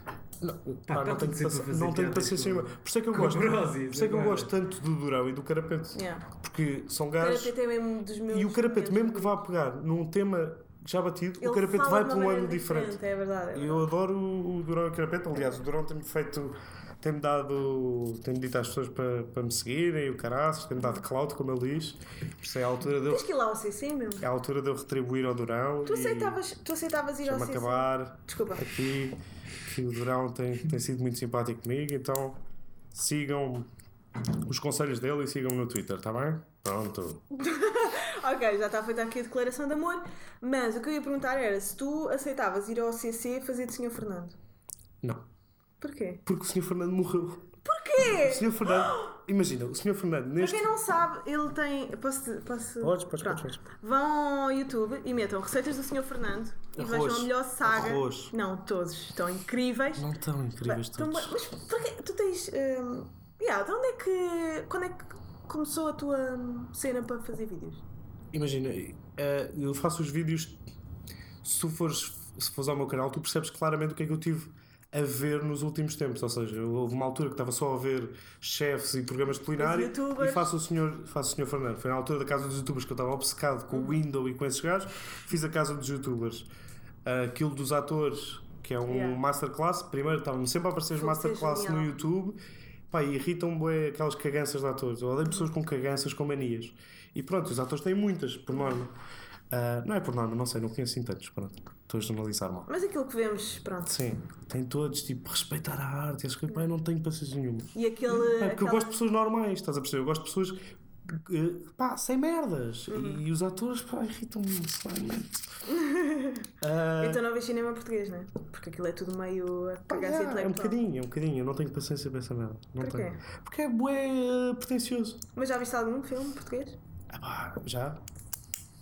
S3: Não,
S5: Pá,
S3: pá,
S5: tá
S3: não tenho,
S5: tudo sempre
S3: paci-
S5: a fazer
S3: não tenho
S5: piadas
S3: paciência
S5: com-
S3: nenhuma. Por isso é que eu
S5: com
S3: gosto. Por
S5: prósis,
S3: isso é que eu
S5: agora.
S3: gosto tanto do Durão e do Carapete.
S2: Yeah.
S3: Porque são
S2: O
S3: gajos.
S2: Carapete é mesmo dos meus.
S3: E o Carapete, mesmo que
S2: meus-
S3: vá pegar num tema já batido, o
S2: Ele
S3: Carapete
S2: fala
S3: vai
S2: de
S3: para
S2: uma
S3: um
S2: maneira
S3: ângulo diferente.
S2: É verdade. É
S3: E
S2: verdade.
S3: Eu adoro o Durão e o Carapete. Aliás, o Durão tem-me feito. Tem-me dado. Tem-me dito às pessoas para, para me seguirem, o caraças, tem-me dado clout, como ele diz. Por isso é a altura de eu,
S2: Tens que ir lá ao CC mesmo.
S3: é a altura de eu retribuir ao Durão.
S2: Tu
S3: e
S2: aceitavas, tu aceitavas ir ao
S3: Deixa-me
S2: CC?
S3: acabar
S2: Desculpa.
S3: aqui. Que o Durão tem, tem sido muito simpático comigo, então sigam os conselhos dele e sigam-me no Twitter, está bem? Pronto.
S2: Ok, já está feita aqui a declaração de amor. Mas o que eu ia perguntar era se tu aceitavas ir ao CC fazer de Sr. Fernando.
S3: Não.
S2: Porquê?
S3: Porque o Sr. Fernando morreu. O
S2: Porquê?
S3: Sr. Fernando. Imagina, o Sr. Fernando
S2: Para
S3: neste.
S2: quem não sabe, ele tem. Posso. posso...
S3: Podes, podes,
S2: Pronto.
S3: podes,
S2: Vão ao YouTube e metam receitas do Sr. Fernando e
S3: Arroz.
S2: vejam a melhor saga.
S3: Arroz.
S2: Não, todos estão incríveis.
S3: Não tão incríveis
S2: Então, mas
S3: todos.
S2: mas porquê? Tu tens. hum, yeah, de onde é que. Quando é que começou a tua hum, cena para fazer vídeos?
S3: Imagina, eh, eu faço os vídeos. Se tu fores, se fores ao meu canal, tu percebes claramente o que é que eu tive a ver nos últimos tempos. Ou seja, houve uma altura que estava só a ver chefes e programas de culinária
S2: Os youtubers.
S3: e faço o senhor, faço o senhor Fernando. Foi na altura da casa dos youtubers que eu estava obcecado com
S2: Uhum.
S3: o Window e com esses gajos. Fiz a casa dos youtubers. Ah, aquilo dos atores, que é um
S2: Yeah.
S3: masterclass. Primeiro, estavam sempre a aparecer os
S2: Fogo, isso é
S3: masterclass no
S2: genial.
S3: YouTube. Pá, e irritam-me bué aquelas caganças de atores. Eu odeio pessoas com caganças, com manias. E pronto, os atores têm muitas, por norma. Ah, não é por norma, não sei, não conheço assim tantos. Pronto, estou a jornalizar mal.
S2: Mas aquilo que vemos, pronto.
S3: Sim, tem todos, tipo, respeitar a arte. Acho que pá, eu não tenho paciência nenhuma.
S2: E aquele.
S3: Pá, É porque eu
S2: aquela-
S3: gosto de pessoas normais, estás a perceber? Eu gosto de pessoas eh, pá, sem merdas.
S2: Uhum.
S3: E os atores, pá, irritam-me Ah, claramente.
S2: Então não vês cinema português, né? Porque aquilo é tudo meio
S3: Pá,
S2: apagação
S3: yeah, é um
S2: intelectual.
S3: bocadinho, é um bocadinho. Eu não tenho paciência para essa merda. Não
S2: Porquê?
S3: tenho. Porque é bué eh, pretencioso.
S2: Mas já viste algum filme português?
S3: Ah, pá, já?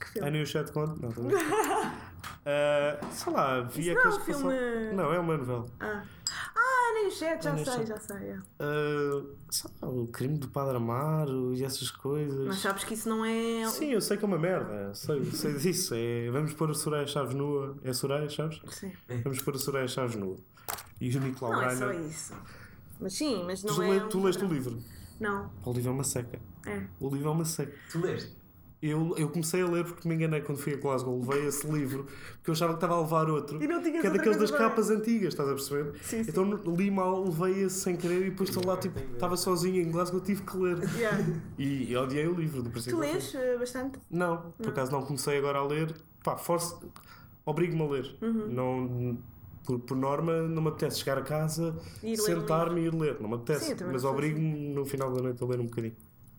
S2: Que filme?
S3: A New Chat Conto? Não, tô a brincar. Ah, Sei lá, vi
S2: Isso não é
S3: aqueles
S2: um
S3: que são.
S2: filme-
S3: Não, é uma novela.
S2: Ah, ah nem o chat, já
S3: Nem o
S2: sei,
S3: chat.
S2: já sei. é.
S3: Ah, sei lá, o crime do Padre Amaro e essas coisas.
S2: Mas sabes que isso não é.
S3: Sim, eu sei que é uma merda. Sei, sei disso. É, vamos pôr a Soraya Chaves nua. É Soraya Chaves?
S2: Sim.
S3: Vamos pôr a Soraya Chaves nua. E o Nicolau
S2: Não é só
S3: Reiner.
S2: isso. Mas sim, mas não
S3: Tu,
S2: é.
S3: le-
S2: um
S3: tu leste o
S2: padrão.
S3: livro.
S2: Não,
S3: O livro é uma seca.
S2: é.
S3: O livro é uma seca.
S5: Tu leste?
S3: Eu, eu comecei a ler porque me enganei quando fui a Glasgow. Levei esse livro porque eu achava que estava a levar outro.
S2: E não tinhas
S3: que
S2: outra
S3: é daqueles das
S2: coisa para ler.
S3: capas antigas, estás a perceber?
S2: Sim, sim.
S3: Então li mal, levei esse sem querer e depois estou lá, tipo, estava sozinho em Glasgow, tive que ler.
S2: Yeah.
S3: E eu odiei o livro do
S2: Tu
S3: princípio. ao fim.
S2: lês eh, bastante?
S3: Não, por acaso não comecei agora a ler. Pá, force. Obrigo-me a ler.
S2: Uhum.
S3: Não, por, por norma, não me apetece chegar a casa,
S2: E ir ler um
S3: sentar-me e ir ler. Não me
S2: Sim,
S3: apetece.
S2: eu também
S3: mas
S2: não sou
S3: obrigo-me no final da noite a ler um bocadinho.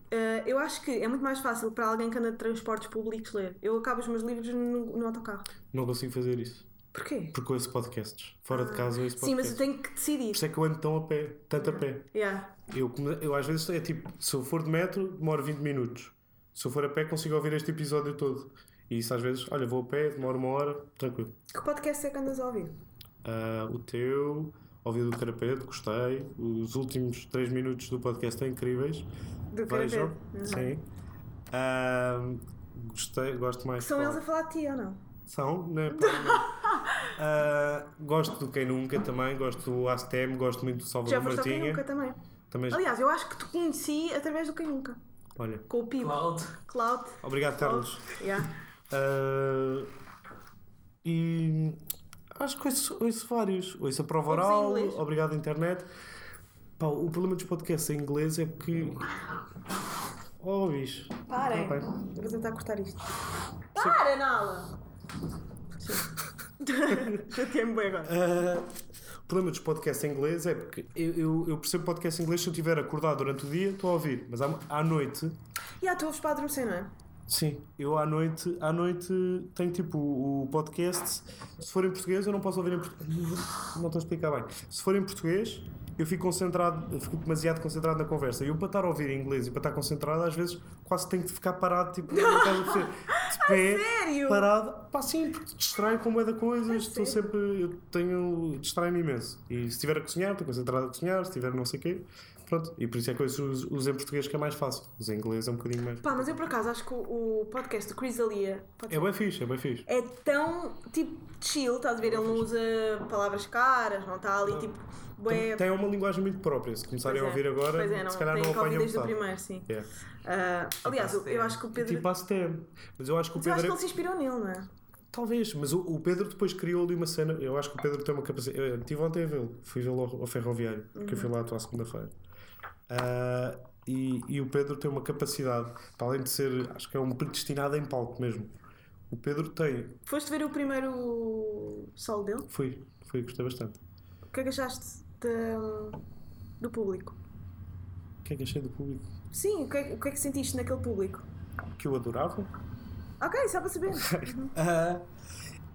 S2: Eh, eu acho que é muito mais fácil para alguém que anda de transportes públicos ler. Eu acabo os meus livros no, no autocarro.
S3: Não consigo fazer isso.
S2: Porquê?
S3: Porque ouço podcasts. Fora de casa ouço podcasts.
S2: Ah. Sim, mas eu tenho que decidir.
S3: Por isso é que eu ando tão a pé, tanto a pé.
S2: Yeah.
S3: Eu, come- eu às vezes é tipo, se eu for de metro, demoro 20 minutos. Se eu for a pé, consigo ouvir este episódio todo. E isso às vezes, olha, vou a pé, demoro uma hora, tranquilo.
S2: Que podcast é que andas a ouvir?
S3: Ah, o teu, ouvi o do Carapete, gostei. Os últimos 3 minutos do podcast são incríveis.
S2: Do
S3: Vejam.
S2: Carapete.
S3: Sim. Ah, gostei, gosto mais.
S2: São
S3: de
S2: eles
S3: qual?
S2: a falar de ti ou não?
S3: São, né? Ah, gosto do Quem Nunca também, gosto do ASTEM, gosto muito do
S2: Já
S3: Salvador
S2: foste ao Quem
S3: Martinha.
S2: Nunca também.
S3: Também já-
S2: Aliás, eu acho que te conheci através do Quem Nunca.
S3: Olha,
S2: Com o Pipo.
S5: Cloud.
S2: Cloud.
S3: obrigado, Carlos.
S2: Yeah.
S3: Ah, e Acho que ouço, ouço vários. Ouço a prova
S2: Ouves em
S3: oral,
S2: inglês?
S3: obrigado internet. Pá, o problema dos podcasts em inglês é porque. Oh, bicho.
S2: Parem.
S3: Tá bem.
S2: Vou tentar cortar isto. Para, Nala! Chateei-me bem agora.
S3: Ah, o problema dos podcasts em inglês é porque eu, eu, eu percebo podcast em inglês se eu estiver acordado durante o dia, estou a ouvir. Mas à, à noite,
S2: E há tu ouves para adormecer, não é?
S3: sim, eu à noite, à noite tenho tipo o o podcast. Se for em português, eu não posso ouvir em português. Não estou a explicar bem. Se for em português, eu fico concentrado, eu fico demasiado concentrado na conversa. E eu para estar a ouvir em inglês e para estar concentrado, às vezes quase tenho que ficar parado, tipo, não estás a perceber? de pé,
S2: sério?
S3: parado. Pá, sim, porque distrai com bué de coisas. Estou sempre. Eu tenho. Distrai-me imenso. E se estiver a cozinhar, estou concentrado a cozinhar. Se estiver não sei o quê. Pronto. E por isso é que eu uso os- os em português que é mais fácil. Os em inglês é um bocadinho mais.
S2: Pá, mas eu por acaso acho que o o podcast do Chris Alia pode
S3: É bem fixe, é bem fixe.
S2: é tão tipo chill, estás a ver? Ele não usa palavras caras, não está ali tipo.
S3: Tem,
S2: Bué...
S3: tem uma linguagem muito própria. Se começarem a
S2: Pois é.
S3: ouvir agora,
S2: Pois é, não,
S3: se calhar
S2: tem
S3: não
S2: que ouvir
S3: apanham
S2: desde o
S3: metade.
S2: primeiro, sim.
S3: É.
S2: Ah, aliás, eu, eu acho que o Pedro.
S3: Tipo ACTM. Mas eu acho que o
S2: mas eu acho que
S3: Pedro. é-
S2: ele se inspirou nele, não é?
S3: Talvez, mas o, o Pedro depois criou ali uma cena. Eu acho que o Pedro tem uma capacidade. Eu estive ontem a vê-lo, fui vê-lo ao, ao ferroviário, porque
S2: Uhum.
S3: eu fui lá à tua segunda-feira. Ah, e, e o Pedro tem uma capacidade, para além de ser, acho que é um predestinado em palco mesmo. O Pedro tem.
S2: Foste ver o primeiro solo dele?
S3: Fui, fui, gostei bastante.
S2: O que é que achaste de- do público?
S3: O que é que achei do público?
S2: Sim, o que, é, o que é que sentiste naquele público?
S3: Que eu adorava.
S2: Ok, só para saber.
S3: Ah,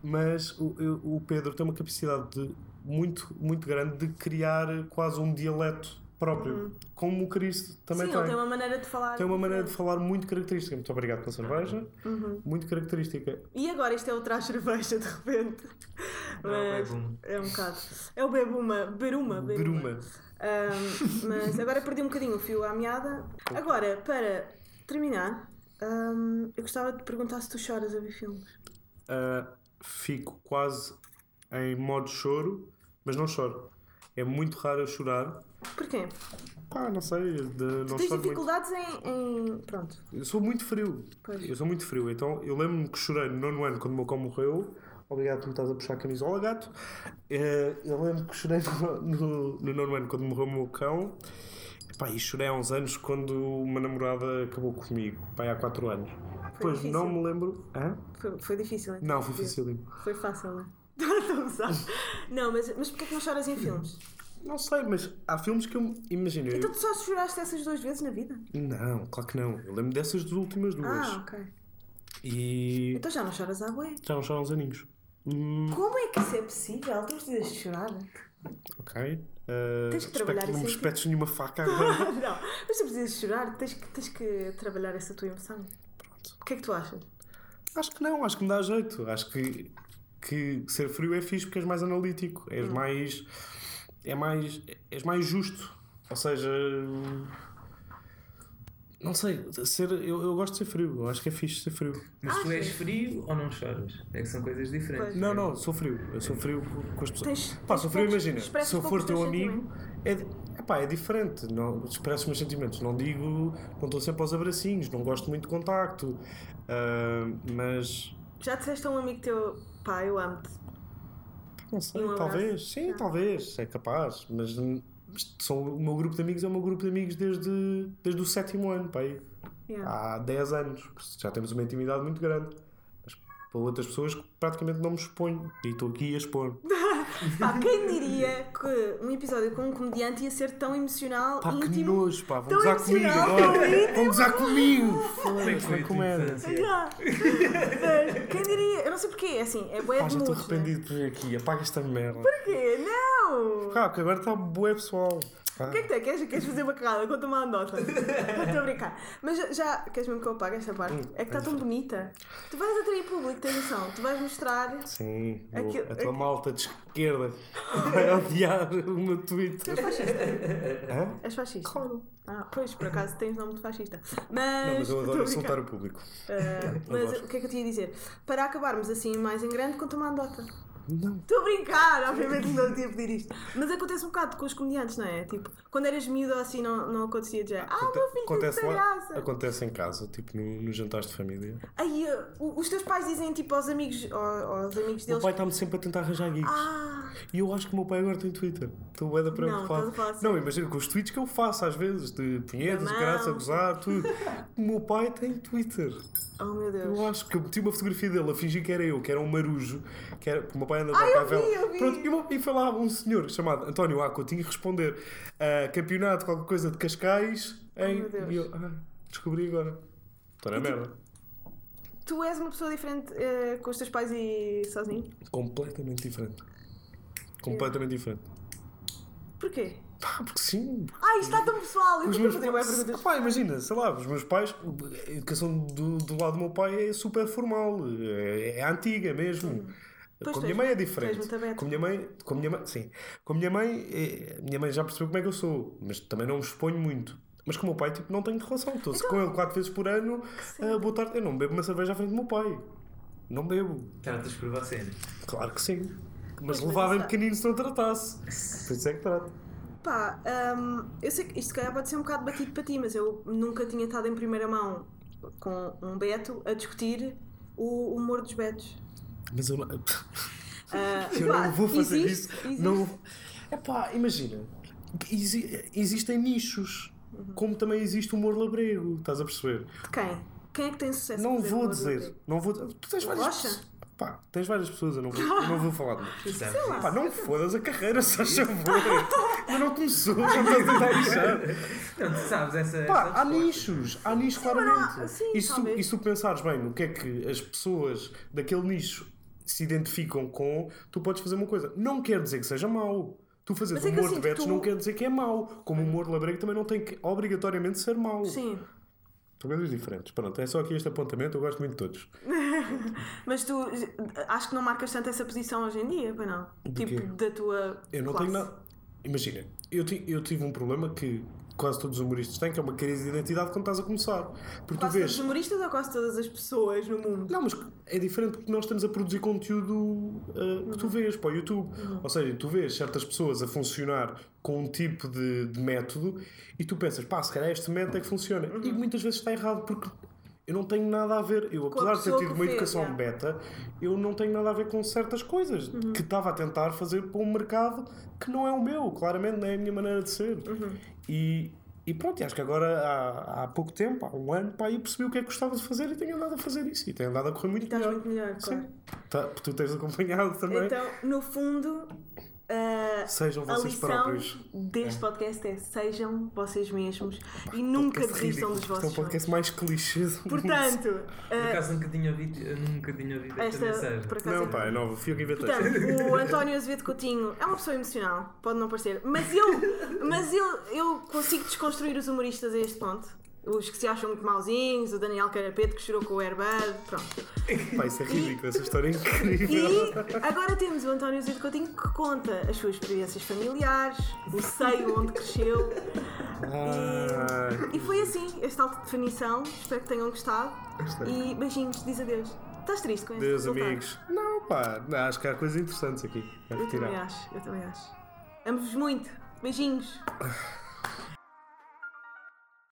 S3: mas o, eu- o Pedro tem uma capacidade de- muito, muito grande de criar quase um dialeto próprio, como o Cristo também
S2: Uhum. Sim, ele tem uma maneira de falar.
S3: Tem uma maneira de falar muito característica. Muito obrigado pela cerveja.
S2: Uhum.
S3: Muito característica.
S2: E agora isto é outra cerveja de repente.
S5: Não, é
S2: Mas
S5: bom.
S2: é um bocado. É o Bebuma. Beruma. Beruma.
S3: Bruma.
S2: Ahm, mas agora perdi um bocadinho o fio à meada. Agora, para terminar, ahm, eu gostava de perguntar se tu choras a ver filmes.
S3: Ah, fico quase em modo choro, mas não choro. É muito raro eu chorar.
S2: Porquê?
S3: Pá, não sei, de, não
S2: Tens
S3: choro muito.
S2: dificuldades em, em- Pronto.
S3: Eu sou muito frio.
S2: Pois.
S3: Eu sou muito frio. Então, eu lembro-me que chorei no nono ano quando o meu cão morreu. Obrigado por me estás a puxar a camisola, gato. Eh, eu lembro que chorei no, no, no nono ano quando morreu o meu cão. Epá, e chorei há uns anos quando uma namorada acabou comigo. Pai, há quatro anos. Depois
S2: difícil.
S3: não me lembro. Hã?
S2: Foi, foi difícil. então.
S3: Não, foi dificílimo.
S2: Foi fácil, não é? Estou a gozar. Não, mas, mas porquê é que não choras em filmes?
S3: Não sei, mas há filmes que eu imagino. eu-
S2: Então tu só choraste essas duas vezes na vida?
S3: Não, claro que não. Eu lembro dessas duas últimas duas.
S2: Ah, ok.
S3: E
S2: Então já não choras à bué.
S3: já não choram uns aninhos. Hum,
S2: Como é que isso é possível? Tens de deixar de chorar?
S3: ok. Eh,
S2: Tens que
S3: espero
S2: trabalhar
S3: não
S2: isso
S3: me
S2: em ti.
S3: espetes nenhuma faca agora.
S2: não, mas tu precisas chorar, tens que, tens que trabalhar essa tua emoção. O que é que tu achas?
S3: Acho que não, acho que me dá jeito. Acho que, que ser frio é fixe porque és mais analítico, és
S2: Hum.
S3: mais. É mais. És mais justo. Ou seja. Não sei, ser, eu, eu gosto de ser frio, eu acho que é fixe ser frio.
S5: Mas tu
S2: Ah,
S5: és
S2: sim.
S5: frio ou não choras? É que são coisas diferentes.
S2: Pois.
S3: Não, não, sou frio, eu sou frio com- com as pessoas.
S2: Tens-
S3: Pá,
S2: tens
S3: sou frio,
S2: poucos-
S3: imagina,
S2: expressas
S3: se eu for
S2: poucos
S3: teu
S2: teus
S3: amigo,
S2: sentimentos.
S3: é, di- epá, é diferente, não, expresso os meus sentimentos, não digo, não estou sempre aos abracinhos, não gosto muito de contacto, ah, mas
S2: Já disseste a um amigo teu, pá, eu amo-te.
S3: Não sei,
S2: E um abraço.
S3: talvez, sim, talvez, é capaz, mas, mas são, o meu grupo de amigos é o meu grupo de amigos desde, desde o sétimo ano, pai,
S2: Yeah.
S3: há 10 anos, por isso já temos uma intimidade muito grande. Mas para outras pessoas que praticamente não me exponho e estou aqui a expor.
S2: Pá, quem diria que um episódio com um comediante ia ser tão emocional
S3: Pá,
S2: e
S3: que
S2: íntimo?
S3: nojo, pá, vão
S2: Tão
S3: gozar comigo
S2: emocional, tão
S3: agora,
S2: íntimo. tipo,
S3: vão gozar comigo,
S5: Como é que foi
S3: foda-se, vai
S5: a tua
S3: comédia.
S5: infância?
S2: Yeah. Mas, quem diria? Eu não sei porquê, assim, é bué
S3: Pá,
S2: de
S3: já estou
S2: luz, né?
S3: arrependido por vir aqui, apaga esta merda.
S2: Porquê? Não!
S3: Pá, porque agora está bué pessoal. Pá.
S2: O que é que tu é? queres? Queres fazer uma cagada? Conta uma anota. Estou a brincar. Mas já- já. Queres mesmo que eu apague esta parte?
S3: Hum,
S2: É que está tão bonita. Tu vais atrair público, tens noção. Tu vais mostrar.
S3: Ah, Sim, vou-
S2: Aquilo-
S3: a tua
S2: aquilo-
S3: malta de esquerda vai odiar o meu tweet.
S2: És fascista.
S3: Hã?
S2: És fascista. Claro. Ah, pois, por acaso tens nome de fascista. Mas.
S3: Não, mas eu adoro
S2: estou a
S3: insultar
S2: brincar.
S3: o público.
S2: Ah,
S3: Eu
S2: mas
S3: gosto.
S2: o que é que eu te ia dizer? Para acabarmos assim mais em grande, conta uma anedota.
S3: Não.
S2: Estou a brincar, obviamente não tinha pedir isto. Mas acontece um bocado com os comediantes, não é? Tipo, quando eras miúdo ou assim não, não acontecia já. Ah,
S3: Aconte-
S2: meu filho, tem
S3: acontece
S2: muita graça.
S3: acontece em casa, tipo no- nos jantares de família.
S2: Aí eh, o- os teus pais dizem tipo aos amigos, aos, aos amigos
S3: O meu
S2: deles.
S3: pai está-me sempre a tentar arranjar gigs.
S2: Ah,
S3: E eu acho que o meu pai agora tem Twitter. Estou bué da
S2: estás
S3: preocupado.
S2: a falar a sério.
S3: não, imagina com os tweets que eu faço às vezes, de punhetas,
S2: Da
S3: de graça, a
S2: mão.
S3: gozar, tudo. o meu pai tem Twitter.
S2: oh meu Deus.
S3: Eu acho que eu meti uma fotografia dele a fingir que era eu, que era um marujo, que era porque o meu pai andava
S2: Ah,
S3: com a
S2: eu vi,
S3: vela.
S2: eu vi.
S3: Pronto, e, o meu- e foi lá um senhor chamado António A. Coutinho responder ah, campeonato, qualquer coisa de Cascais. Em...
S2: meu Deus.
S3: e eu, ah, descobri agora. Estou na merda.
S2: Tu és uma pessoa diferente eh, com os teus pais e sozinho?
S3: Completamente diferente. Completamente diferente.
S2: Porquê?
S3: Ah, porque sim, porque
S2: Ah, isto está tão pessoal. Eu
S3: os
S2: estou a
S3: meus
S2: fazer bué
S3: pais.
S2: perguntas.
S3: Pá, imagina, sei lá, os meus pais, a educação do, do lado do meu pai é super formal, é, é antiga mesmo.
S2: Pois
S3: com
S2: tu
S3: a minha
S2: és-
S3: mãe é
S2: tu és
S3: diferente.
S2: muito aberto.
S3: Com a minha mãe, com a minha mãe, sim. Com a minha mãe, é, a minha mãe já percebeu como é que eu sou, mas também não me exponho muito. Mas com o meu pai, tipo, não tenho relação.
S2: Então,
S3: Estou se com ele quatro vezes por ano, ah, boa tarde. Eu não bebo uma cerveja à frente do meu pai. Não bebo.
S5: Tratas por você. né?
S3: Claro que sim.
S2: Pois, mas
S3: Mas levava em
S2: isso-
S3: pequenino se não tratasse. Por isso é que trato.
S2: Pá, hum, eu sei que isto se calhar pode ser um bocado batido para ti, mas eu nunca tinha estado em primeira mão com um Beto a discutir o humor dos Betos.
S3: Mas eu não.
S2: Ah,
S3: Eu
S2: pá,
S3: não vou fazer
S2: existe,
S3: isso.
S2: existe.
S3: Não. É pá, imagina. Exi- existem nichos. Como também existe humor labrego, estás a perceber?
S2: De quem? Quem é que tem sucesso? a
S3: não
S2: fazer
S3: vou
S2: humor
S3: dizer,
S2: europeu?
S3: não vou. Tu tens várias
S2: Rocha?
S3: pessoas. Pá, tens várias pessoas, eu não vou, eu não vou falar de nós.
S5: Sabes?
S2: lá.
S3: Pá, não fodas a carreira, só favor. Ainda não começou, já estás a tentar lixar.
S5: Não, tu sabes essa.
S3: Pá,
S5: essa
S3: há nichos, há nichos claramente.
S2: há- sim,
S3: e, se tu,
S2: talvez.
S3: e se tu pensares bem no que é que as pessoas daquele nicho se identificam com, tu podes fazer uma coisa. Não quer dizer que seja mau. Tu fazes
S2: Mas é que eu
S3: humor de
S2: sinto
S3: betos
S2: que tu-
S3: não quer dizer que é mau. Como o humor de labrego também não tem que obrigatoriamente ser mau.
S2: Sim,
S3: São coisas diferentes. Pronto, é só aqui este apontamento, eu gosto muito de todos.
S2: mas tu eh, acho que não marcas tanto essa posição hoje em dia, pois não? tipo,
S3: quê?
S2: da tua.
S3: Eu não
S2: classe.
S3: tenho nada. Imagina, eu, ti- eu tive um problema que quase todos os humoristas têm, que é uma crise de identidade quando estás a começar. Porque
S2: Quase
S3: tu
S2: todos
S3: vês.
S2: os humoristas ou quase todas as pessoas no mundo?
S3: Não, mas é diferente porque nós estamos a produzir conteúdo uh,
S2: Uhum.
S3: que tu vês para o YouTube. Ou seja, tu vês certas pessoas a funcionar com um tipo de, de método e tu pensas, pá, se calhar este método é que funciona. E
S2: Uhum.
S3: muitas vezes está errado porque eu não tenho nada a ver. Eu,
S2: Com a
S3: apesar de ter
S2: pessoa
S3: tido
S2: que
S3: uma
S2: fez,
S3: educação
S2: é.
S3: beta, eu não tenho nada a ver com certas coisas
S2: Uhum.
S3: que estava a tentar fazer para um mercado que não é o meu, claramente, não é a minha maneira de ser.
S2: Uhum.
S3: E. E pronto, e acho que agora há, há pouco tempo, há um ano, pá, aí percebi o que é que gostava de fazer e tenho andado a fazer isso. E tenho andado a correr muito
S2: Estás
S3: melhor.
S2: muito melhor, claro.
S3: Sim. Tá, tu tens acompanhado também.
S2: Então, no fundo, ah,
S3: Sejam
S2: a
S3: vocês
S2: lição
S3: próprios.
S2: deste podcast é sejam vocês mesmos e nunca
S3: Podcast
S2: desistam
S3: ridículo.
S2: dos
S3: Isto é um
S2: vossos sonhos.
S3: podcast mais clichê do mundo.
S2: Portanto,
S5: Por
S2: ah,
S5: acaso nunca tinha ouvido, eu nunca tinha ouvido esta,
S2: esta
S5: mensagem.
S2: por acaso,
S3: Não, pá, é nova. Fui eu que inventei.
S2: Portanto, o António Azevedo Coutinho é uma pessoa emocional, pode não parecer, mas eu, mas eu, eu consigo desconstruir os humoristas a este ponto. Os que se acham muito mauzinhos, o Daniel Carapeto que chorou com o Airbud, pronto.
S3: Pá, isso é ridículo. Essa história é incrível.
S2: E agora temos o António Azevedo Coutinho que conta as suas experiências familiares, o seio onde cresceu.
S3: Ah,
S2: E foi assim, este alto de definição. Espero que tenham gostado.
S3: Gostei.
S2: E beijinhos, diz adeus. Estás triste com este
S3: Deus,
S2: resultado?
S3: amigos. Não, pá, não, acho que há coisas interessantes aqui. a
S2: Eu também
S3: retirar.
S2: acho, eu também acho. Amo-vos muito. Beijinhos.